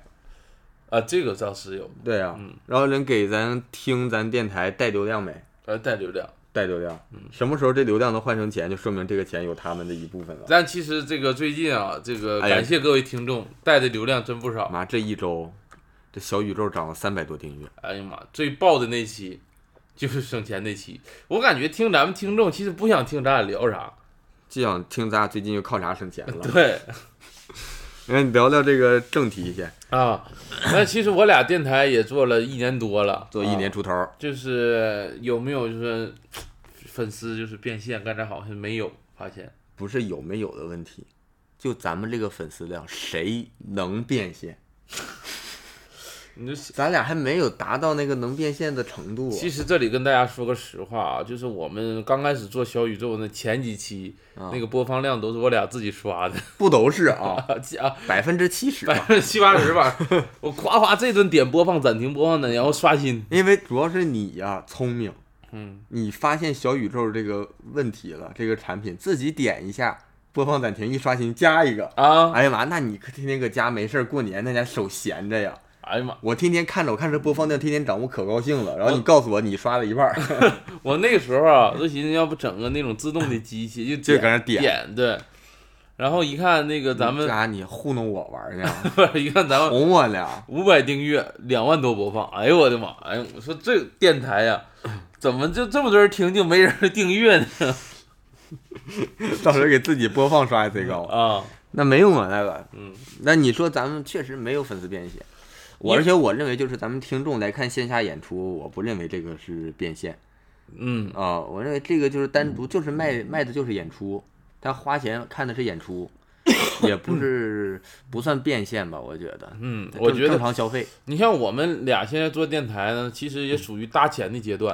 Speaker 1: 啊，这个倒是有，
Speaker 2: 对啊，
Speaker 1: 嗯
Speaker 2: 然后人给咱听咱电台带流量没？
Speaker 1: 呃，带流量。
Speaker 2: 带流量，
Speaker 1: 嗯
Speaker 2: 什么时候这流量能换成钱，就说明这个钱有他们的一部分了。
Speaker 1: 但其实这个最近啊，这个
Speaker 2: 哎呀
Speaker 1: 感谢各位听众，带的流量真不少。
Speaker 2: 妈，这一周这小宇宙涨了三百多订阅，
Speaker 1: 哎呀妈，最爆的那期就是省钱那期，我感觉听咱们听众其实不想听咱俩聊啥，
Speaker 2: 就想听咱俩最近又靠啥省钱了。
Speaker 1: 对
Speaker 2: 嗯，聊聊这个正题先，
Speaker 1: 啊。但其实我俩电台也做了一年多了，
Speaker 2: 做一
Speaker 1: 啊
Speaker 2: 年出头，
Speaker 1: 就是有没有就是粉丝就是变现，刚才好像没有发现。
Speaker 2: 不是有没有的问题，就咱们这个粉丝量，谁能变现？
Speaker 1: 你就
Speaker 2: 咱俩还没有达到那个能变现的程度啊。
Speaker 1: 其实这里跟大家说个实话啊，就是我们刚开始做小宇宙那前几期，
Speaker 2: 啊
Speaker 1: 那个播放量都是我俩自己刷的
Speaker 2: 不都是啊，
Speaker 1: 啊，
Speaker 2: 百分之七十
Speaker 1: 百
Speaker 2: 吧。
Speaker 1: 分之七八十吧。 我夸夸这顿点播放暂停播放暂停，然后刷新。
Speaker 2: 因为主要是你呀、聪明，
Speaker 1: 嗯，
Speaker 2: 你发现小宇宙这个问题了，这个产品自己点一下播放暂停，一刷新加一个。
Speaker 1: 啊，
Speaker 2: 哎呀妈，那你可天天搁家没事儿，过年那家手闲着呀。
Speaker 1: 哎呀妈！
Speaker 2: 我天天看着，我看着播放量天天涨，我可高兴了。然后你告诉我你刷了一半儿，
Speaker 1: 我那个时候啊，都寻思要不整个那种自动的机器，就
Speaker 2: 就搁那
Speaker 1: 点
Speaker 2: 点
Speaker 1: 点
Speaker 2: 嗯
Speaker 1: 对。然后一看那个咱们
Speaker 2: 这， 家你糊弄我玩儿呢，
Speaker 1: 一看咱们
Speaker 2: 哄我呢。
Speaker 1: 五百订阅，两万多播放，哎呦我的妈！哎呦，我说这电台 呀、怎么就这么多人听 就没人订阅呢？
Speaker 2: 到时候给自己播放刷的贼高，
Speaker 1: 啊，
Speaker 2: 那没用啊，那个，
Speaker 1: 嗯，
Speaker 2: 那你说咱们确实没有粉丝变现，我
Speaker 1: 因
Speaker 2: 而且我认为就是咱们听众来看线下演出，我不认为这个是变现
Speaker 1: 嗯，
Speaker 2: 啊、我认为这个就是单独就是卖卖的就是演出，他花钱看的是 演出，也不是不算变现吧，我觉得，
Speaker 1: 嗯
Speaker 2: 正
Speaker 1: 我觉得
Speaker 2: 正常消费，
Speaker 1: 你像我们俩现在做电台呢，其实也属于搭钱的阶段，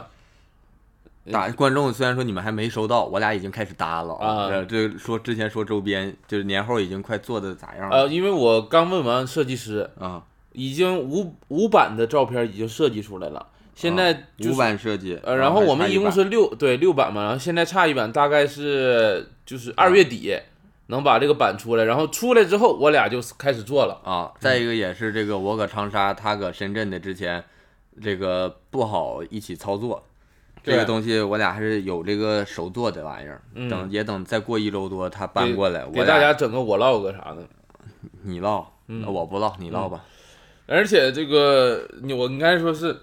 Speaker 1: 呃
Speaker 2: 打观众虽然说你们还没收到，我俩已经开始搭了
Speaker 1: 啊
Speaker 2: 呃这说之前说周边，就是年后已经快做的咋样了
Speaker 1: 呃，因为我刚问完设计师，
Speaker 2: 啊？
Speaker 1: 已经五五版的照片已经设计出来了，现在就是
Speaker 2: 啊五版设计，啊
Speaker 1: 呃，然后我
Speaker 2: 还
Speaker 1: 们
Speaker 2: 差
Speaker 1: 一共
Speaker 2: 版
Speaker 1: 是六对六版嘛，然后现在差一版，大概是就是
Speaker 2: 啊
Speaker 1: 二月底能把这个版出来，然后出来之后我俩就开始做了，
Speaker 2: 啊，再一个也是这个我搁长沙，他搁深圳的之前，这个不好一起操作，这个
Speaker 1: 对
Speaker 2: 东西我俩还是有这个手做的玩意儿，
Speaker 1: 嗯
Speaker 2: 等也等再过一周多他搬
Speaker 1: 给
Speaker 2: 过来，我
Speaker 1: 给大
Speaker 2: 俩
Speaker 1: 家整个我 log 啥的。
Speaker 2: 你唠，
Speaker 1: 嗯
Speaker 2: 那我不唠，你唠吧，
Speaker 1: 而且这个你我应该说是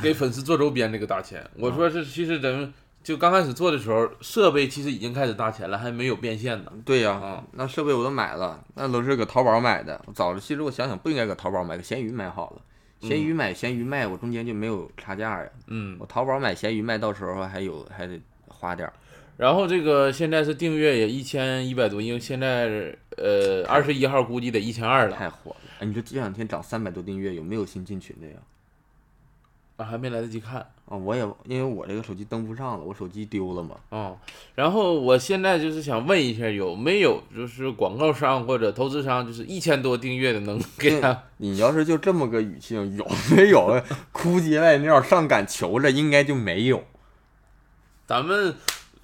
Speaker 1: 给粉丝做周边这个搭钱，我说是其实咱们就刚开始做的时候，设备其实已经开始搭钱了，还没有变现呢。
Speaker 2: 对呀、
Speaker 1: 嗯
Speaker 2: 那设备我都买了，那都是搁淘宝买的，早期其实我想想不应该搁淘宝买，搁闲鱼买好了。闲鱼买，闲鱼卖，我中间就没有差价呀。
Speaker 1: 嗯，
Speaker 2: 我淘宝买，闲鱼卖，到时候还有还得花点儿。
Speaker 1: 然后这个现在是订阅也一千一百多，因为现在呃二十一号估计得一千二了，
Speaker 2: 太火了！哎，你说这两天涨三百多订阅，有没有新进群的呀？
Speaker 1: 啊还没来得及看。
Speaker 2: 啊，我也因为我这个手机登不上了，我手机丢了嘛。
Speaker 1: 哦，然后我现在就是想问一下，有没有就是广告商或者投资商，就是一千多订阅的能
Speaker 2: 嗯
Speaker 1: 给他
Speaker 2: 你要是就这么个语气，有没有哭唧赖尿上赶求着，应该就没有。
Speaker 1: 咱们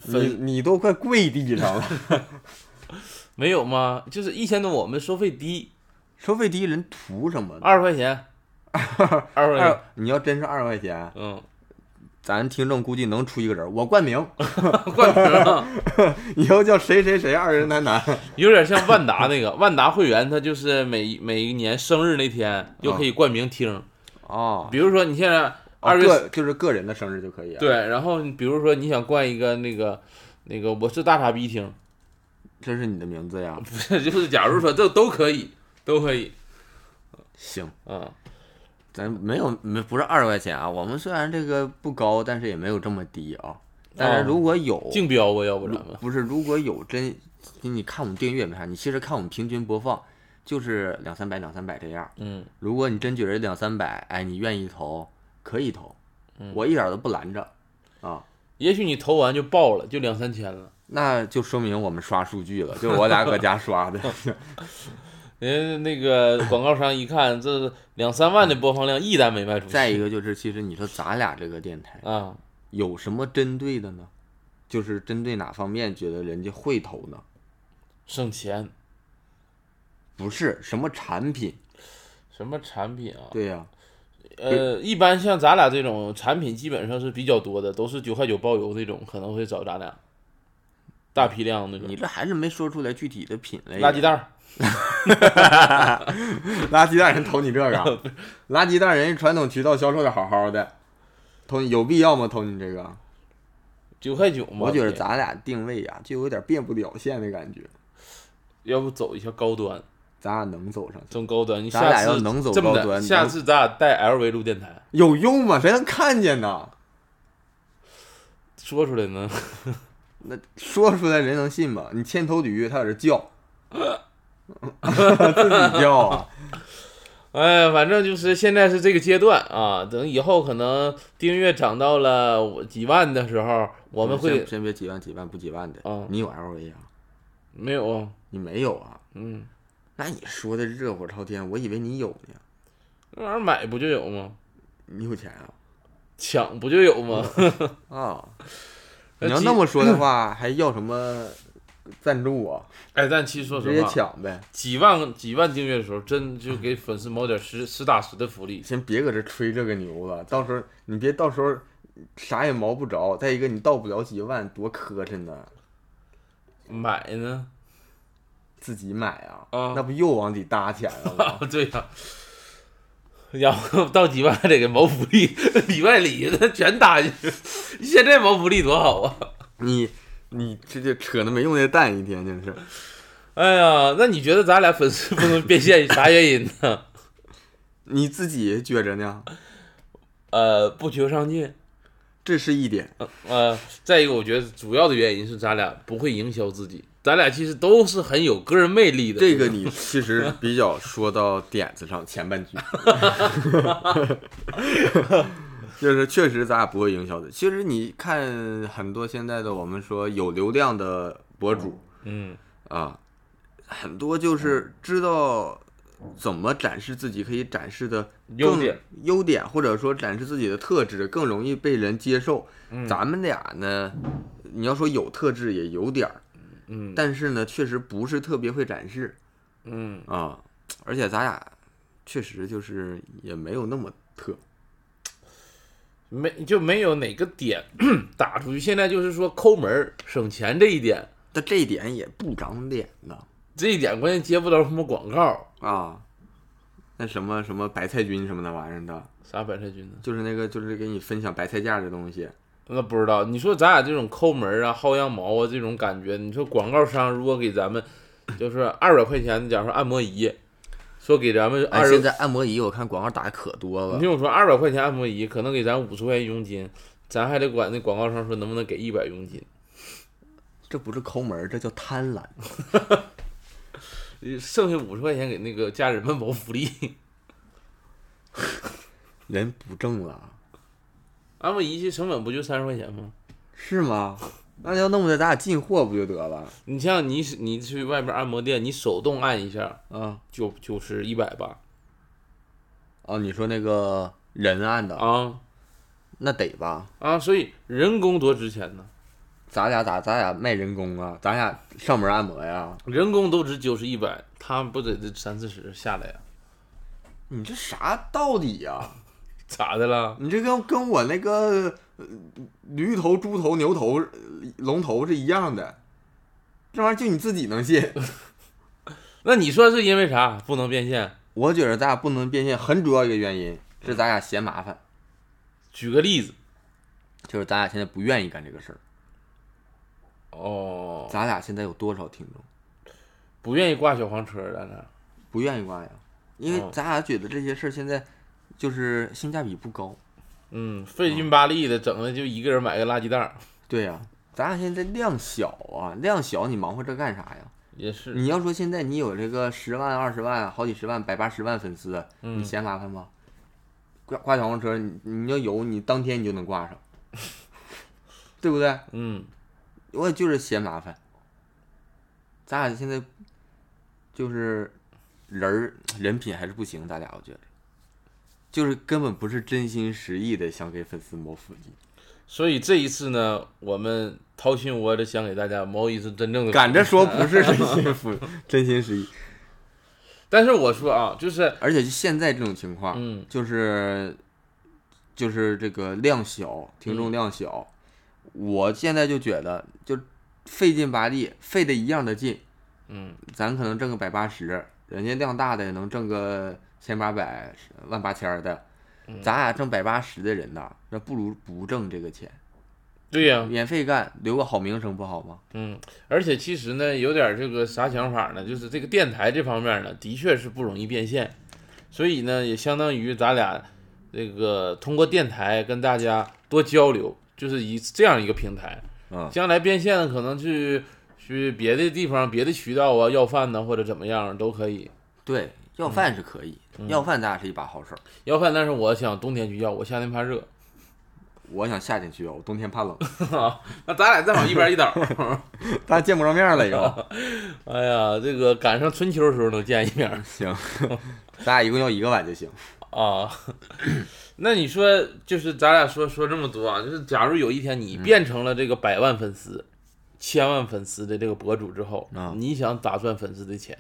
Speaker 2: 你
Speaker 1: 粉
Speaker 2: 你都快跪地上了，
Speaker 1: 没有吗？就是一千多，我们收费低，
Speaker 2: 收费低人图什么呢？
Speaker 1: 二十块钱，二十块 钱，
Speaker 2: 二，你要真是二十块钱，
Speaker 1: 嗯，
Speaker 2: 咱听众估计能出一个人。我冠 名，
Speaker 1: 冠名啊，
Speaker 2: 以后叫谁谁谁二人男男。
Speaker 1: 有点像万达那个万达会员，他就是每每一年生日那天就可以冠名听，
Speaker 2: 哦，
Speaker 1: 比如说你现在二月、
Speaker 2: 个就是个人的生日就可以、啊。，
Speaker 1: 对，然后你比如说你想冠一个那个那个我是大傻逼听，
Speaker 2: 这是你的名字呀。
Speaker 1: 不是就是假如说这都可以，都可以，
Speaker 2: 行，
Speaker 1: 嗯。
Speaker 2: 咱没有没不是二十块钱啊，我们虽然这个不高，但是也没有这么低啊。但是如果有，
Speaker 1: 竞标吧，要不咱们
Speaker 2: 不是如果有真，你看我们订阅没啥，你其实看我们平均播放就是两三百两三百这样。
Speaker 1: 嗯
Speaker 2: 如果你真觉得两三百，哎，你愿意投可以投，我一点都不拦着啊。，
Speaker 1: 也许你投完就爆了，就两三千了。
Speaker 2: 那就说明我们刷数据了，就是我俩搁家刷的。
Speaker 1: 人家那个广告商一看，这两三万的播放量，一单没卖出去。
Speaker 2: 再一个就是，其实你说咱俩这个电台，
Speaker 1: 啊，
Speaker 2: 有什么针对的呢？就是针对哪方面觉得人家会投呢？
Speaker 1: 省钱，
Speaker 2: 不是什么产品，
Speaker 1: 什么产品啊？
Speaker 2: 对呀、
Speaker 1: 呃，一般像咱俩这种产品基本上是比较多的，都是九块九包邮这种，可能会找咱俩大批量那种
Speaker 2: 你这还是没说出来具体的品类。
Speaker 1: 垃圾袋儿。
Speaker 2: 垃圾袋人投你这 个啊，垃圾袋人家传统渠道销售的好好的，投你有必要吗？投你这个？
Speaker 1: 九块九嘛，
Speaker 2: 我觉得
Speaker 1: 对
Speaker 2: 咱俩定位呀、就有点变不了线的感觉。
Speaker 1: 要不走一下高端，
Speaker 2: 咱俩能走上去，
Speaker 1: 走高端。你
Speaker 2: 咱俩
Speaker 1: 下次
Speaker 2: 要能走
Speaker 1: 这么
Speaker 2: 高端
Speaker 1: 的，
Speaker 2: 能
Speaker 1: 下次咱俩带 LV 录电台，
Speaker 2: 有用吗？谁能看见呢？
Speaker 1: 说出来呢，
Speaker 2: 那说出来人能信吗？你千头驴，他在这叫， 自己叫 啊。
Speaker 1: 哎，反正就是现在是这个阶段啊，等以后可能订阅涨到了我几万的时候，我们会
Speaker 2: 先先别几万几万不几万的，
Speaker 1: 嗯
Speaker 2: 你有 LV 啊？
Speaker 1: 没有啊？
Speaker 2: 你没有啊？
Speaker 1: 嗯，
Speaker 2: 那你说的热火朝天，我以为你有呢。
Speaker 1: 那玩意儿买不就有吗？
Speaker 2: 你有钱啊？
Speaker 1: 抢不就有吗？
Speaker 2: 啊、你要那么说的话， 还要什么赞助啊？
Speaker 1: 哎，但其实说实
Speaker 2: 直接
Speaker 1: 话，
Speaker 2: 抢呗，
Speaker 1: 几万几万订阅的时候，真就给粉丝谋点实实打实的福利。
Speaker 2: 先别搁这吹这个牛了，到时候你别到时候啥也毛不着。再一个，你到不了几万，多磕碜呢。
Speaker 1: 买呢？
Speaker 2: 自己买啊，
Speaker 1: 啊
Speaker 2: 那不又往里搭钱了吗？
Speaker 1: 哦对呀、然后到几万还得给谋福利， 里外里的全搭进去。现在谋福利多好啊！
Speaker 2: 你你这就扯那没用的蛋，一天真是。
Speaker 1: 哎呀，那你觉得咱俩粉丝不能变现，啥原因呢？
Speaker 2: 你自己觉着呢？
Speaker 1: 呃，不求上进。
Speaker 2: 这是一点，
Speaker 1: 呃，再一个，我觉得主要的原因是咱俩不会营销自己，咱俩其实都是很有个人魅力的。
Speaker 2: 这个你 其实比较说到点子上，前半句，就是确实咱俩不会营销的。其实你看很多现在的我们说有流量的博主
Speaker 1: 嗯，
Speaker 2: 啊，很多就是知道怎么展示自己，可以展示的
Speaker 1: 优点、
Speaker 2: 优点，或者说展示自己的特质，更容易被人接受。
Speaker 1: 嗯
Speaker 2: 咱们俩呢，你要说有特质也有点儿，
Speaker 1: 嗯
Speaker 2: 但是呢，确实不是特别会展示
Speaker 1: 嗯，
Speaker 2: 啊。而且咱俩确实就是也没有那么特，
Speaker 1: 没就没有哪个点 打出去。现在就是说抠门儿省钱这一点，
Speaker 2: 但这一点也不长脸呢
Speaker 1: 这一点关键接不到什么广告，
Speaker 2: 啊。那什么什么白菜菌什么那玩意儿的，
Speaker 1: 啥白菜菌呢？
Speaker 2: 就是那个就是给你分享白菜价的东西，
Speaker 1: 那不知道。你说咱俩这种抠门儿啊、薅羊毛啊这种感觉，你说广告商如果给咱们就是二百块钱，假如说按摩仪，说给咱们
Speaker 2: 哎，
Speaker 1: 二十、
Speaker 2: 现在按摩仪我看广告打的可多
Speaker 1: 你
Speaker 2: 了，
Speaker 1: 听我说，二百块钱按摩仪可能给咱五十块钱佣金，咱还得管那广告商说能不能给一百佣金，
Speaker 2: 这不是抠门儿，这叫贪婪。
Speaker 1: 呃剩下五十块钱给那个家人们谋福利。
Speaker 2: 人不挣了，
Speaker 1: 按摩仪器成本不就三十块钱吗？
Speaker 2: 是吗？那要弄不得咱俩进货不就得了
Speaker 1: 你像你你去外边按摩店，你手动按一下
Speaker 2: 啊？
Speaker 1: 就就是一百吧
Speaker 2: 哦，你说那个人按的，
Speaker 1: 啊
Speaker 2: 那得吧？
Speaker 1: 啊！所以人工多值钱呢，
Speaker 2: 咱俩咋咱俩卖人工啊？咱俩上门按摩呀？
Speaker 1: 人工都值九十一百，他不得得三四十下来呀、啊
Speaker 2: 你这啥道理呀、
Speaker 1: 咋的了？
Speaker 2: 你这跟跟我那个呃驴头、猪头、牛头、呃龙头是一样的，这玩意儿就你自己能信。
Speaker 1: 那你说是因为啥不能变现？
Speaker 2: 我觉得咱俩不能变现，很主要一个原因是咱俩嫌麻烦，
Speaker 1: 举个例子
Speaker 2: 就是咱俩现在不愿意干这个事儿。
Speaker 1: 哦，
Speaker 2: 咱俩现在有多少听众？
Speaker 1: 不愿意挂小黄车儿，咱俩
Speaker 2: 不愿意挂呀，因为
Speaker 1: 哦
Speaker 2: 咱俩觉得这些事儿现在就是性价比不高。
Speaker 1: 嗯费劲巴力的，整的就一个人买个垃圾袋儿，
Speaker 2: 对呀、咱俩现在量小啊，量小你忙活这干啥呀？
Speaker 1: 也是
Speaker 2: 你要说现在你有这个十万、二十万、好几十万、百八十万粉丝，你嫌麻烦吗？挂挂小黄车，你你要有，你当天你就能挂 上，对不对？
Speaker 1: 嗯
Speaker 2: 我也就是嫌麻烦。咱俩现在就是人儿人品还是不行，咱俩我觉得，就是根本不是真心实意的想给粉丝谋福利。
Speaker 1: 所以这一次呢，我们掏心窝子想给大家谋一次真正的，
Speaker 2: 赶着 说不是真心服， 真心实意。
Speaker 1: 但是我说啊，就是
Speaker 2: 而且就现在这种情况，
Speaker 1: 嗯，
Speaker 2: 就是就是这个量小，听众
Speaker 1: 嗯
Speaker 2: 量小，我现在就觉得就费劲巴力，费的一样的劲，
Speaker 1: 嗯，
Speaker 2: 咱可能挣个百八十，人家量大的能挣个千八百、万八千儿的，
Speaker 1: 嗯
Speaker 2: 咱俩挣百八十的人呐，那不如不挣这个钱，
Speaker 1: 对呀、
Speaker 2: 免费干，留个好名声不好吗？
Speaker 1: 嗯，而且其实呢，有点儿这个啥想法呢？就是这个电台这方面呢，的确是不容易变现，所以呢，也相当于咱俩这个通过电台跟大家多交流，就是以这样一个平台，
Speaker 2: 嗯
Speaker 1: 将来变现可能去去别的地方、别的渠道啊要饭呢，或者怎么样都可以。
Speaker 2: 对，要
Speaker 1: 嗯
Speaker 2: 饭是可以，要饭咱俩是一把好手。
Speaker 1: 要饭，但是我想冬天去要，我夏天怕热。
Speaker 2: 我想夏天去哦要，我冬天怕冷，
Speaker 1: 那咱俩再往一边一倒。
Speaker 2: 咱见不着面了又。
Speaker 1: 哎呀，这个赶上春秋的时候能见一面。
Speaker 2: 行， 咱俩一共要一个碗就行。
Speaker 1: 啊， 那你说，就是咱俩说说这么多啊，就是假如有一天你变成了这个百万粉丝、千万粉丝的这个博主之后，
Speaker 2: 啊
Speaker 1: 你想打算粉丝的钱？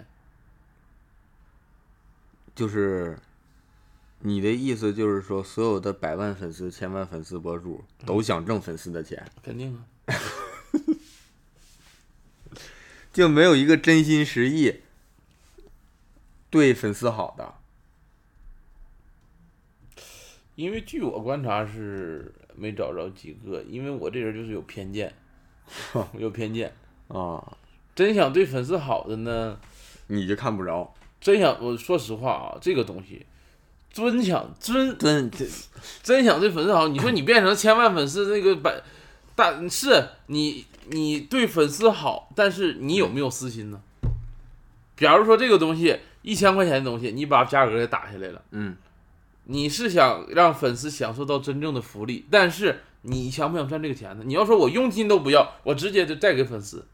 Speaker 2: 就是你的意思就是说，所有的百万粉丝、千万粉丝博主都想挣粉丝的钱，
Speaker 1: 肯定啊，
Speaker 2: 就没有一个真心实意对粉丝好的。
Speaker 1: 因为据我观察是没找着几个，因为我这人就是有偏见，有偏见。
Speaker 2: 啊，
Speaker 1: 真想对粉丝好的呢，
Speaker 2: 你就看不着，
Speaker 1: 真想我说实话啊，这个东西，真想真
Speaker 2: 真这
Speaker 1: 真想对粉丝好，你说你变成千万粉丝那个百大，是你你对粉丝好，但是你有没有私心呢？假如说这个东西一千块钱的东西，你把价格给打下来了，
Speaker 2: 嗯，
Speaker 1: 你是想让粉丝享受到真正的福利，但是你想不想赚这个钱呢？你要说我佣金都不要，我直接就带给粉丝，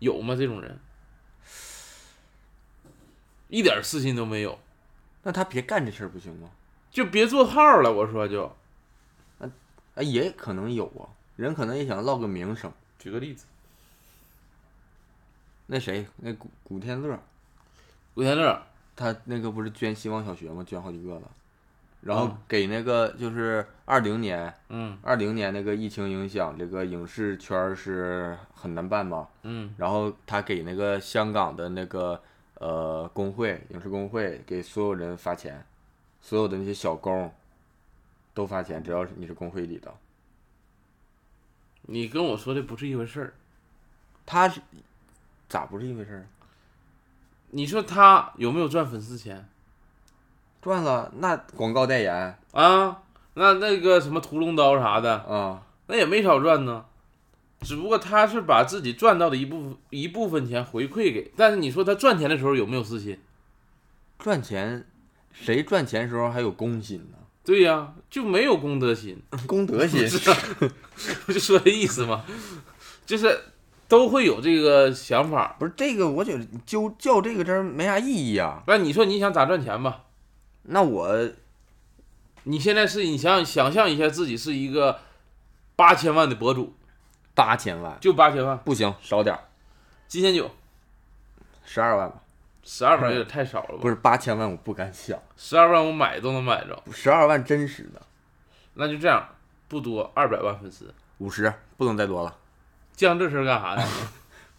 Speaker 1: 有吗？这种人一点私心都没有，
Speaker 2: 那他别干这事儿不行吗？
Speaker 1: 就别做号了。我说就
Speaker 2: 啊，也可能有啊，人可能也想落个名声。
Speaker 1: 举个例子。
Speaker 2: 那谁，那古古天乐，
Speaker 1: 古天乐，
Speaker 2: 他那个不是捐希望小学吗？捐好几个了，然后
Speaker 1: 嗯
Speaker 2: 给那个就是二零年，
Speaker 1: 嗯
Speaker 2: 二零年那个疫情影响，这个影视圈儿是很难办嘛。
Speaker 1: 嗯
Speaker 2: 然后他给那个香港的那个呃工会，影视工会给所有人发钱，所有的那些小工都发
Speaker 1: 嗯
Speaker 2: 钱，只要是你是工会里的。，
Speaker 1: 你跟我说的不是一回事儿。
Speaker 2: 他是咋不是一回事儿？
Speaker 1: 你说他有没有赚粉丝钱
Speaker 2: 赚了那广告代言啊、
Speaker 1: 啊？那那个什么屠龙刀啥的，
Speaker 2: 啊
Speaker 1: 那也没少赚呢。只不过他是把自己赚到的一部分一部分钱回馈给，但是你说他赚钱的时候有没有私心？
Speaker 2: 赚钱，谁赚钱时候还有公心呢？
Speaker 1: 对呀、就没有公德心，
Speaker 2: 公德心
Speaker 1: 不就说这意思吗？就是都会有这个想法。
Speaker 2: 不是这个，我觉得就较这个真儿没啥意义啊。
Speaker 1: 那你说你想咋赚钱吧？
Speaker 2: 那我
Speaker 1: 你现在是你想想象一下自己是一个八千万的博主，
Speaker 2: 八千万
Speaker 1: 就八千万，
Speaker 2: 不行，少点儿，
Speaker 1: 七千九，
Speaker 2: 十二万吧。
Speaker 1: 十二万有点太少了吧？
Speaker 2: 不是八千万，我不敢想，
Speaker 1: 十二万我买都能买着，
Speaker 2: 十二万真实的
Speaker 1: 那就这样，不多，二百万粉丝，
Speaker 2: 五十，不能再多了。
Speaker 1: 降这事儿干啥呢？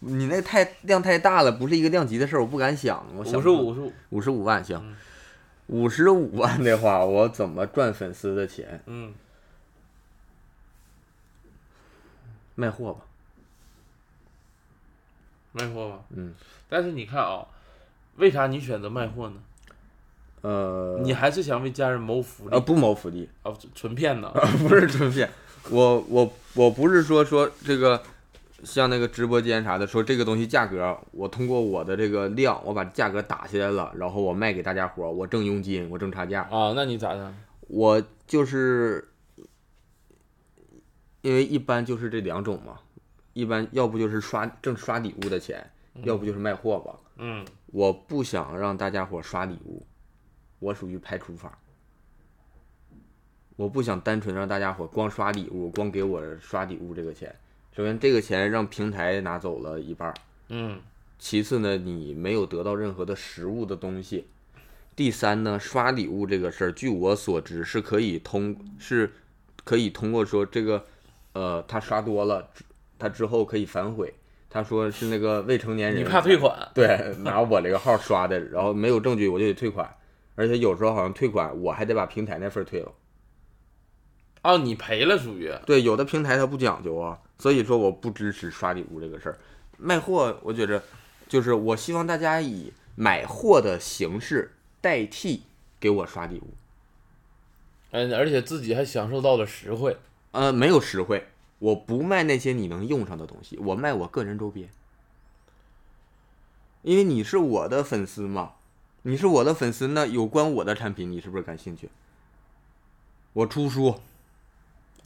Speaker 2: 你那太量太大了，不是一个量级的事儿，我不敢想。我想
Speaker 1: 五十五，，嗯五十五，
Speaker 2: 五十五万行，五十五万的话，我怎么赚粉丝的钱？
Speaker 1: 嗯，
Speaker 2: 卖货吧。
Speaker 1: 卖货吧。
Speaker 2: 嗯，
Speaker 1: 但是你看啊、为啥你选择卖货呢？
Speaker 2: 呃，
Speaker 1: 你还是想为家人谋福利
Speaker 2: 呃
Speaker 1: 啊、
Speaker 2: 不谋福利，
Speaker 1: 纯骗呢？
Speaker 2: 不是纯骗，我我我不是说说这个，像那个直播间啥的，说这个东西价格，我通过我的这个量，我把价格打下来了，然后我卖给大家伙儿，我挣佣金，我挣差价，
Speaker 1: 啊，那你咋的？
Speaker 2: 我就是因为一般就是这两种嘛，一般要不就是刷挣刷礼物的钱，要不就是卖货吧。
Speaker 1: 嗯，
Speaker 2: 我不想让大家伙儿刷礼物，我属于排除法。我不想单纯让大家伙光刷礼物，光给我刷礼物这个钱。首先，这个钱让平台拿走了一半儿，
Speaker 1: 嗯，
Speaker 2: 其次呢，你没有得到任何的实物的东西。第三呢，刷礼物这个事儿，据我所知是可以通是可以通过说这个，呃，他刷多了，之他之后可以反悔。他说是那个未成年人，
Speaker 1: 你怕退款？
Speaker 2: 对，拿我这个号刷的，然后没有证据我就得退款，而且有时候好像退款我还得把平台那份儿退了。
Speaker 1: 哦，你赔了属于
Speaker 2: 对，有的平台它不讲究啊，所以说我不支持刷礼物这个事儿。卖货，我觉着就是我希望大家以买货的形式代替给我刷礼物，
Speaker 1: 嗯，而且自己还享受到了实惠。
Speaker 2: 呃，没有实惠，我不卖那些你能用上的东西，我卖我个人周边，因为你是我的粉丝嘛，你是我的粉丝，那有关我的产品，你是不是感兴趣？我出书，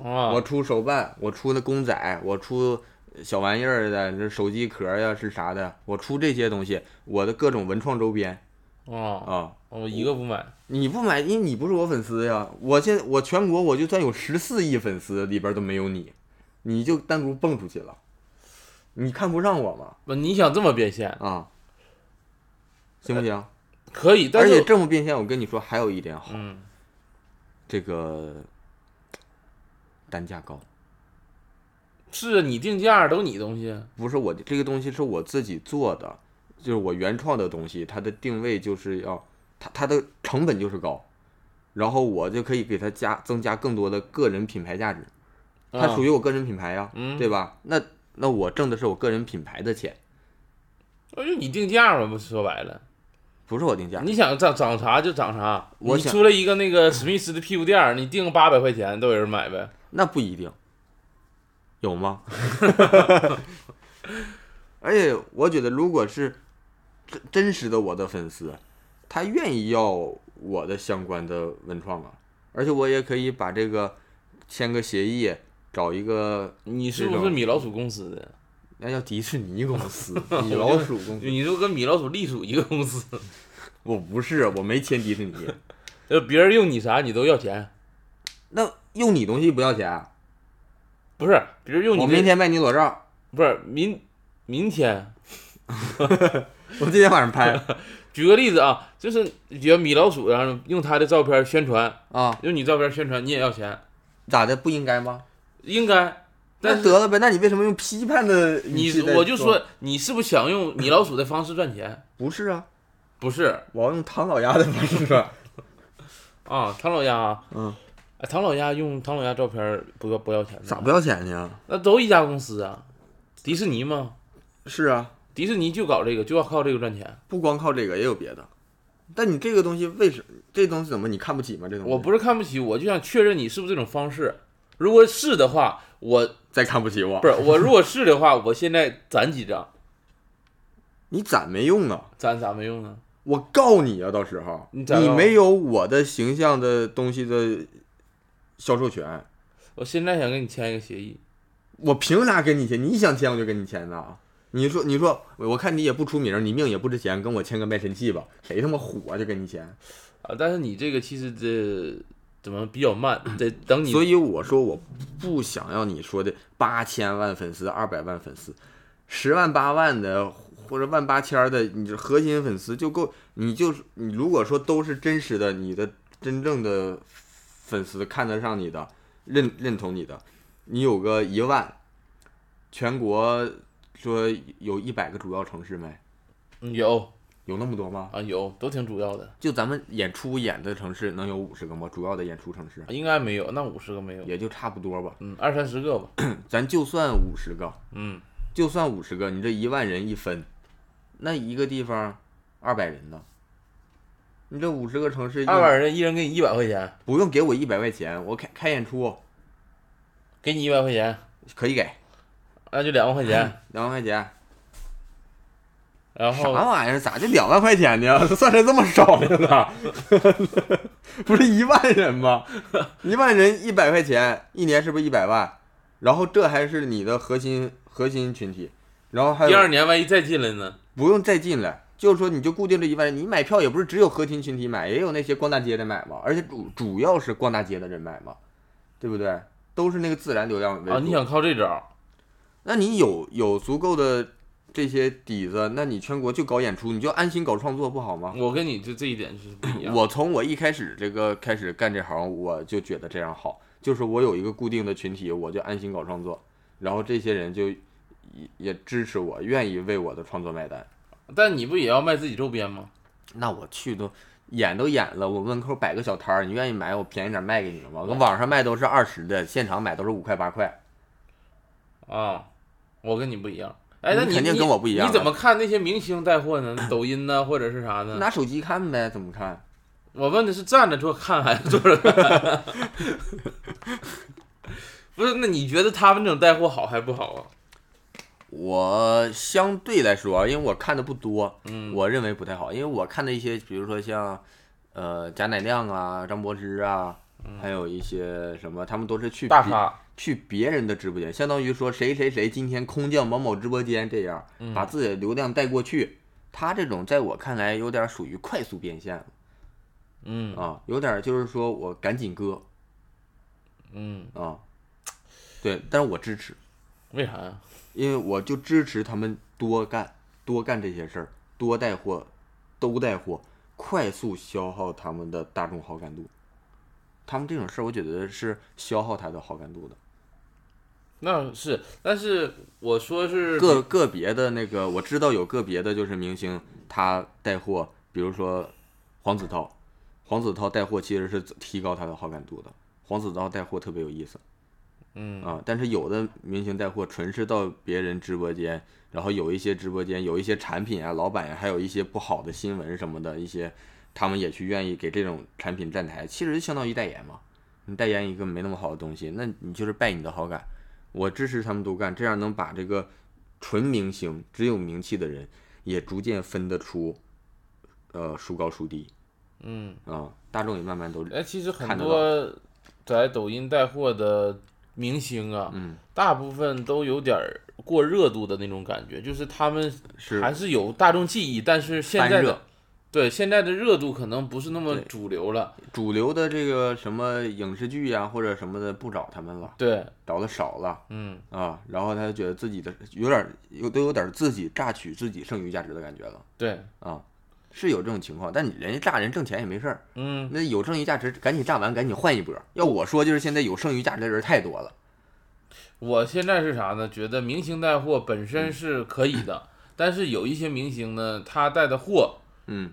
Speaker 1: 啊，
Speaker 2: 我出手办，我出那公仔，我出小玩意儿的，这手机壳呀是啥的，我出这些东西，我的各种文创周边
Speaker 1: 啊，
Speaker 2: 啊。
Speaker 1: 我一个不买。
Speaker 2: 你不买，因为你不是我粉丝呀。我现我全国我就算有十四亿粉丝，里边都没有你，你就单独蹦出去了，你看不上我吗？
Speaker 1: 不，你想这么变现
Speaker 2: 啊，行不行？
Speaker 1: 可以，呃但
Speaker 2: 而且
Speaker 1: 是
Speaker 2: 这么变现，我跟你说还有一点好，
Speaker 1: 嗯，
Speaker 2: 这个单价高。
Speaker 1: 是啊你定价都你东西，啊
Speaker 2: 不是我这个东西是我自己做的，就是我原创的东西，它的定位就是要它它的成本就是高，然后我就可以给它加增加更多的个人品牌价值，它
Speaker 1: 啊
Speaker 2: 属于我个人品牌呀，
Speaker 1: 嗯
Speaker 2: 对吧？那那我挣的是我个人品牌的钱，
Speaker 1: 哎呦，你定价嘛，不说白了，
Speaker 2: 不是我定价。
Speaker 1: 你想涨涨啥就涨啥。
Speaker 2: 我
Speaker 1: 你
Speaker 2: 想
Speaker 1: 出来一个那个史密斯的屁股垫儿，你定个八百块钱都有人买呗。
Speaker 2: 那不一定，有吗？而且我觉得，如果是真真实的我的粉丝，他愿意要我的相关的文创啊，而且我也可以把这个签个协议，找一个
Speaker 1: 你是
Speaker 2: 这
Speaker 1: 不是
Speaker 2: 种
Speaker 1: 米老鼠公司的？
Speaker 2: 那叫迪士尼公司、 米老鼠公司，
Speaker 1: 你就跟米老鼠、栗鼠一个公司，
Speaker 2: 我不是，我没签迪士 尼。
Speaker 1: 就呃别人用你啥你都要钱，
Speaker 2: 那用你东西不要钱啊，
Speaker 1: 不是别人用你
Speaker 2: 我
Speaker 1: 这
Speaker 2: 明天卖你裸照，
Speaker 1: 不是明明天。
Speaker 2: 我今天晚上拍
Speaker 1: 举个例子啊，就是比如米老鼠，然后用他的照片宣传，
Speaker 2: 啊，
Speaker 1: 用你照片宣传，你也要钱，
Speaker 2: 咋的？不应该吗？
Speaker 1: 应该。但
Speaker 2: 那
Speaker 1: 是
Speaker 2: 得了呗，那你为什么用批判的语
Speaker 1: 你
Speaker 2: 气在
Speaker 1: 我就说你是不是想用米老鼠的方式赚钱？
Speaker 2: 不是啊，
Speaker 1: 不是
Speaker 2: 我要用唐老鸭的方式说，
Speaker 1: 啊，唐老鸭啊，
Speaker 2: 嗯，
Speaker 1: 哎唐老鸭用唐老鸭照片儿不要不要钱的，
Speaker 2: 咋不要钱呢？
Speaker 1: 那都一家公司啊，迪士尼嘛，
Speaker 2: 是啊，
Speaker 1: 迪士尼就搞这个，就要靠这个赚钱。
Speaker 2: 不光靠这个，也有别的。但你这个东西为什这东西怎么你看不起吗？这东西
Speaker 1: 我不是看不起，我就想确认你是不是这种方式。如果是的话，我
Speaker 2: 再看不起我，
Speaker 1: 不是我，如果是的话，我现在攒几张，
Speaker 2: 你攒没用啊！
Speaker 1: 攒咋没用呢？
Speaker 2: 我告你啊，到时候
Speaker 1: 你咋了
Speaker 2: 没有我的形象的东西的销售权，
Speaker 1: 我现在想跟你签一个协议，
Speaker 2: 我凭啥跟你签？你想签我就跟你签呐。你说，你说，我看你也不出名，你命也不值钱，跟我签个卖身契吧，谁他妈火就跟你签？
Speaker 1: 啊，但是你这个其实这怎么比较慢，得等你
Speaker 2: 所以我说我不想要你说的八千万粉丝、二百万粉丝、十万八万的或者万八千儿的，你这核心粉丝就够。你就是你如果说都是真实的，你的真正的粉丝看得上你的、认认同你的，你有个一万，全国说有一百个主要城市没？
Speaker 1: 嗯有
Speaker 2: 有那么多吗？
Speaker 1: 啊有都挺主要的，
Speaker 2: 就咱们演出演的城市能有五十个吗？主要的演出城市
Speaker 1: 应该没有，那五十个没有，
Speaker 2: 也就差不多吧。
Speaker 1: 嗯，二三十个吧，
Speaker 2: 咱就算五十个，
Speaker 1: 嗯，
Speaker 2: 就算五十个，你这一万人一分，那一个地方二百人呢？你这五十个城市
Speaker 1: 二百人一人给你一百块钱，
Speaker 2: 不用给我一百块钱，我开开演出
Speaker 1: 给你一百块钱，
Speaker 2: 可以给
Speaker 1: 那就两万块钱，
Speaker 2: 两万块钱，
Speaker 1: 然
Speaker 2: 啥
Speaker 1: 后
Speaker 2: 玩意儿？咋就两万块钱呢？ 算成这么少了呢？ 不是一万人吗？一万人一百块钱，一年是不是一百万？然后这还是你的核心核心群体，然后还
Speaker 1: 第二
Speaker 2: 有
Speaker 1: 年万一再进来呢，
Speaker 2: 不用再进来，就是说你就固定这一万人，你买票也不是只有核心群体买，也有那些逛大街的买嘛，而且主主要是逛大街的人买嘛，对不对？都是那个自然流量为主。
Speaker 1: 啊！你想靠这招？
Speaker 2: 那你有有足够的这些底子，那你全国就搞演出，你就安心搞创作不好吗？
Speaker 1: 我跟你就这一点是不嗯一样。
Speaker 2: 我从我一开始这个开始干这行，我就觉得这样好，就是我有一个固定的群体，我就安心搞创作，然后这些人就也也支持我，愿意为我的创作买单。
Speaker 1: 但你不也要卖自己周边吗？
Speaker 2: 那我去都演都演了，我门口摆个小摊儿，你愿意买，我便宜点卖给你了吗？我网上卖都是二十的，现场买都是五块八块。
Speaker 1: 啊，我跟你不一样。哎，
Speaker 2: 你
Speaker 1: 那你
Speaker 2: 肯定
Speaker 1: 你
Speaker 2: 跟我不一样啊
Speaker 1: 你怎么看那些明星带货 呢？抖音呢，或者是啥呢？
Speaker 2: 拿手机看呗，怎么看？
Speaker 1: 我问的是站着坐看还是坐着 看？不是，那你觉得他们这种带货好还不好啊？
Speaker 2: 我相对来说啊，因为我看的不多，
Speaker 1: 嗯，
Speaker 2: 我认为不太好，因为我看的一些，比如说像，呃，贾乃亮啊、张柏芝啊，还有一些什么，他们都是
Speaker 1: 嗯
Speaker 2: 去
Speaker 1: 大
Speaker 2: 别
Speaker 1: 咖，
Speaker 2: 去别人的直播间，相当于说谁谁谁今天空降某某直播间这样，把自己的流量带过去。他这种在我看来有点属于快速变现了
Speaker 1: 嗯
Speaker 2: 啊，有点就是说我赶紧割
Speaker 1: 嗯，
Speaker 2: 啊，对，但是我支持，
Speaker 1: 为啥呀？
Speaker 2: 因为我就支持他们多干多干这些事儿，多带货，都带货，快速消耗他们的大众好感度。他们这种事儿，我觉得是消耗他的好感度的。
Speaker 1: 那是，但是我说是
Speaker 2: 个个别的那个，我知道有个别的就是明星他带货，比如说黄子韬，黄子韬带货其实是提高他的好感度的。黄子韬带货特别有意思，
Speaker 1: 嗯
Speaker 2: 啊，但是有的明星带货纯是到别人直播间，然后有一些直播间有一些产品啊、老板呀、还有一些不好的新闻什么的一些，他们也去愿意给这种产品站台，其实就相当于代言嘛。你代言一个没那么好的东西，那你就是败你的好感。我支持他们都干，这样能把这个纯明星、只有名气的人也逐渐分得出，呃，孰高孰低
Speaker 1: 嗯，
Speaker 2: 啊、大众也慢慢都
Speaker 1: 哎，其实很
Speaker 2: 看得
Speaker 1: 多在抖音带货的明星啊，
Speaker 2: 嗯
Speaker 1: 大部分都有点儿过热度的那种感觉，就是他们
Speaker 2: 是
Speaker 1: 还是有大众记忆，但是现
Speaker 2: 翻
Speaker 1: 在
Speaker 2: 热
Speaker 1: 的。对现在的热度可能不是那么
Speaker 2: 对
Speaker 1: 主流了，
Speaker 2: 主流的这个什么影视剧呀、或者什么的不找他们了。
Speaker 1: 对，
Speaker 2: 找的少了
Speaker 1: 嗯，
Speaker 2: 啊，然后他就觉得自己的有点有都有点自己榨取自己剩余价值的感觉了
Speaker 1: 对，
Speaker 2: 啊，是有这种情况。但你人家榨人挣钱也没事儿，
Speaker 1: 嗯，
Speaker 2: 那有剩余价值赶紧榨完，赶紧换一波。要我说，就是现在有剩余价值的人太多了。
Speaker 1: 我现在是啥呢？觉得明星带货本
Speaker 2: 嗯
Speaker 1: 身是可以的，但是有一些明星呢，他带的货
Speaker 2: 嗯，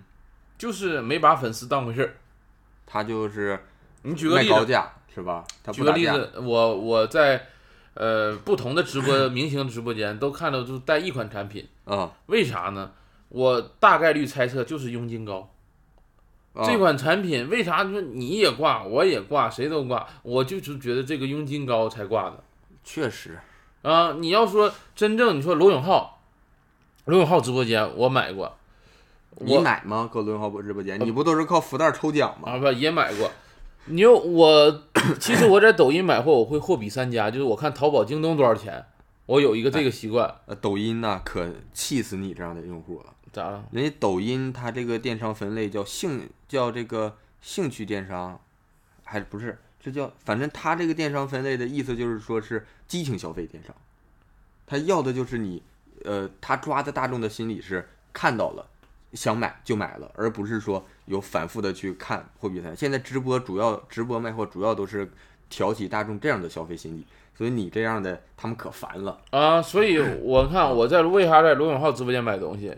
Speaker 1: 就是没把粉丝当回事儿。
Speaker 2: 他就是
Speaker 1: 你举个
Speaker 2: 卖
Speaker 1: 例
Speaker 2: 高
Speaker 1: 子，
Speaker 2: 价是吧？他
Speaker 1: 举
Speaker 2: 不
Speaker 1: 个
Speaker 2: 打
Speaker 1: 例
Speaker 2: 架，
Speaker 1: 子，我我在呃不同的直播明星直播间都看到就带一款产品，
Speaker 2: 嗯，
Speaker 1: 为啥呢？我大概率猜测就是佣金高。
Speaker 2: 啊
Speaker 1: 这款产品为啥说你也挂，我也挂，谁都挂？我就是觉得这个佣金高才挂的。
Speaker 2: 确实，
Speaker 1: 啊，你要说真正你说罗永浩，罗永浩直播间我买过，
Speaker 2: 你
Speaker 1: 我呃
Speaker 2: 买吗？搁罗永浩直播间，你不都是靠福袋抽奖吗？
Speaker 1: 啊不也买过。你又我其实我在抖音买货，我会货比三家，就是我看淘宝、京东多少钱，我有一个这个习惯。
Speaker 2: 呃，抖音呐、可气死你这样的用户了。
Speaker 1: 咋了？
Speaker 2: 人家抖音它这个电商分类叫兴叫这个兴趣电商，还不是这叫反正它这个电商分类的意思就是说是激情消费电商，它要的就是你呃，它抓的大众的心理是看到了想买就买了，而不是说有反复的去看货比三家。现在直播主要直播卖货主要都是挑起大众这样的消费心理，所以你这样的他们可烦了。
Speaker 1: 啊，所以我看我在为啥在罗永浩直播间买东西，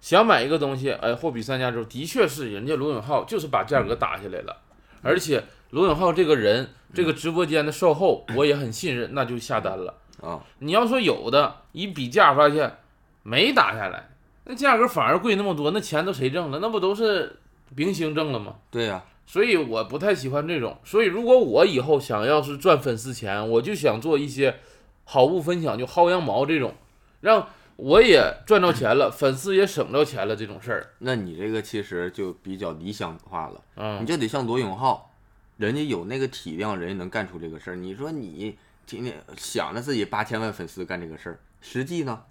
Speaker 1: 想买一个东西，哎，货比三家之后，的确是人家罗永浩就是把价格打下来了，而且罗永浩这个人，这个直播间的售后我也很信任，那就下单了。
Speaker 2: 啊，
Speaker 1: 你要说有的一比价发现没打下来，那价格反而贵那么多，那钱都谁挣了？那不都是明星挣了吗？
Speaker 2: 对啊呀、
Speaker 1: 所以我不太喜欢这种。所以如果我以后想要是赚粉丝钱，我就想做一些好物分享，就薅羊毛这种，让我也赚到钱了，粉丝也省着钱了这种事儿。
Speaker 2: 那你这个其实就比较理想化了。你
Speaker 1: 嗯，
Speaker 2: 就得像罗永浩，人家有那个体量，人家能干出这个事儿。你说你天天想着自己八千万粉丝干这个事儿，实际呢，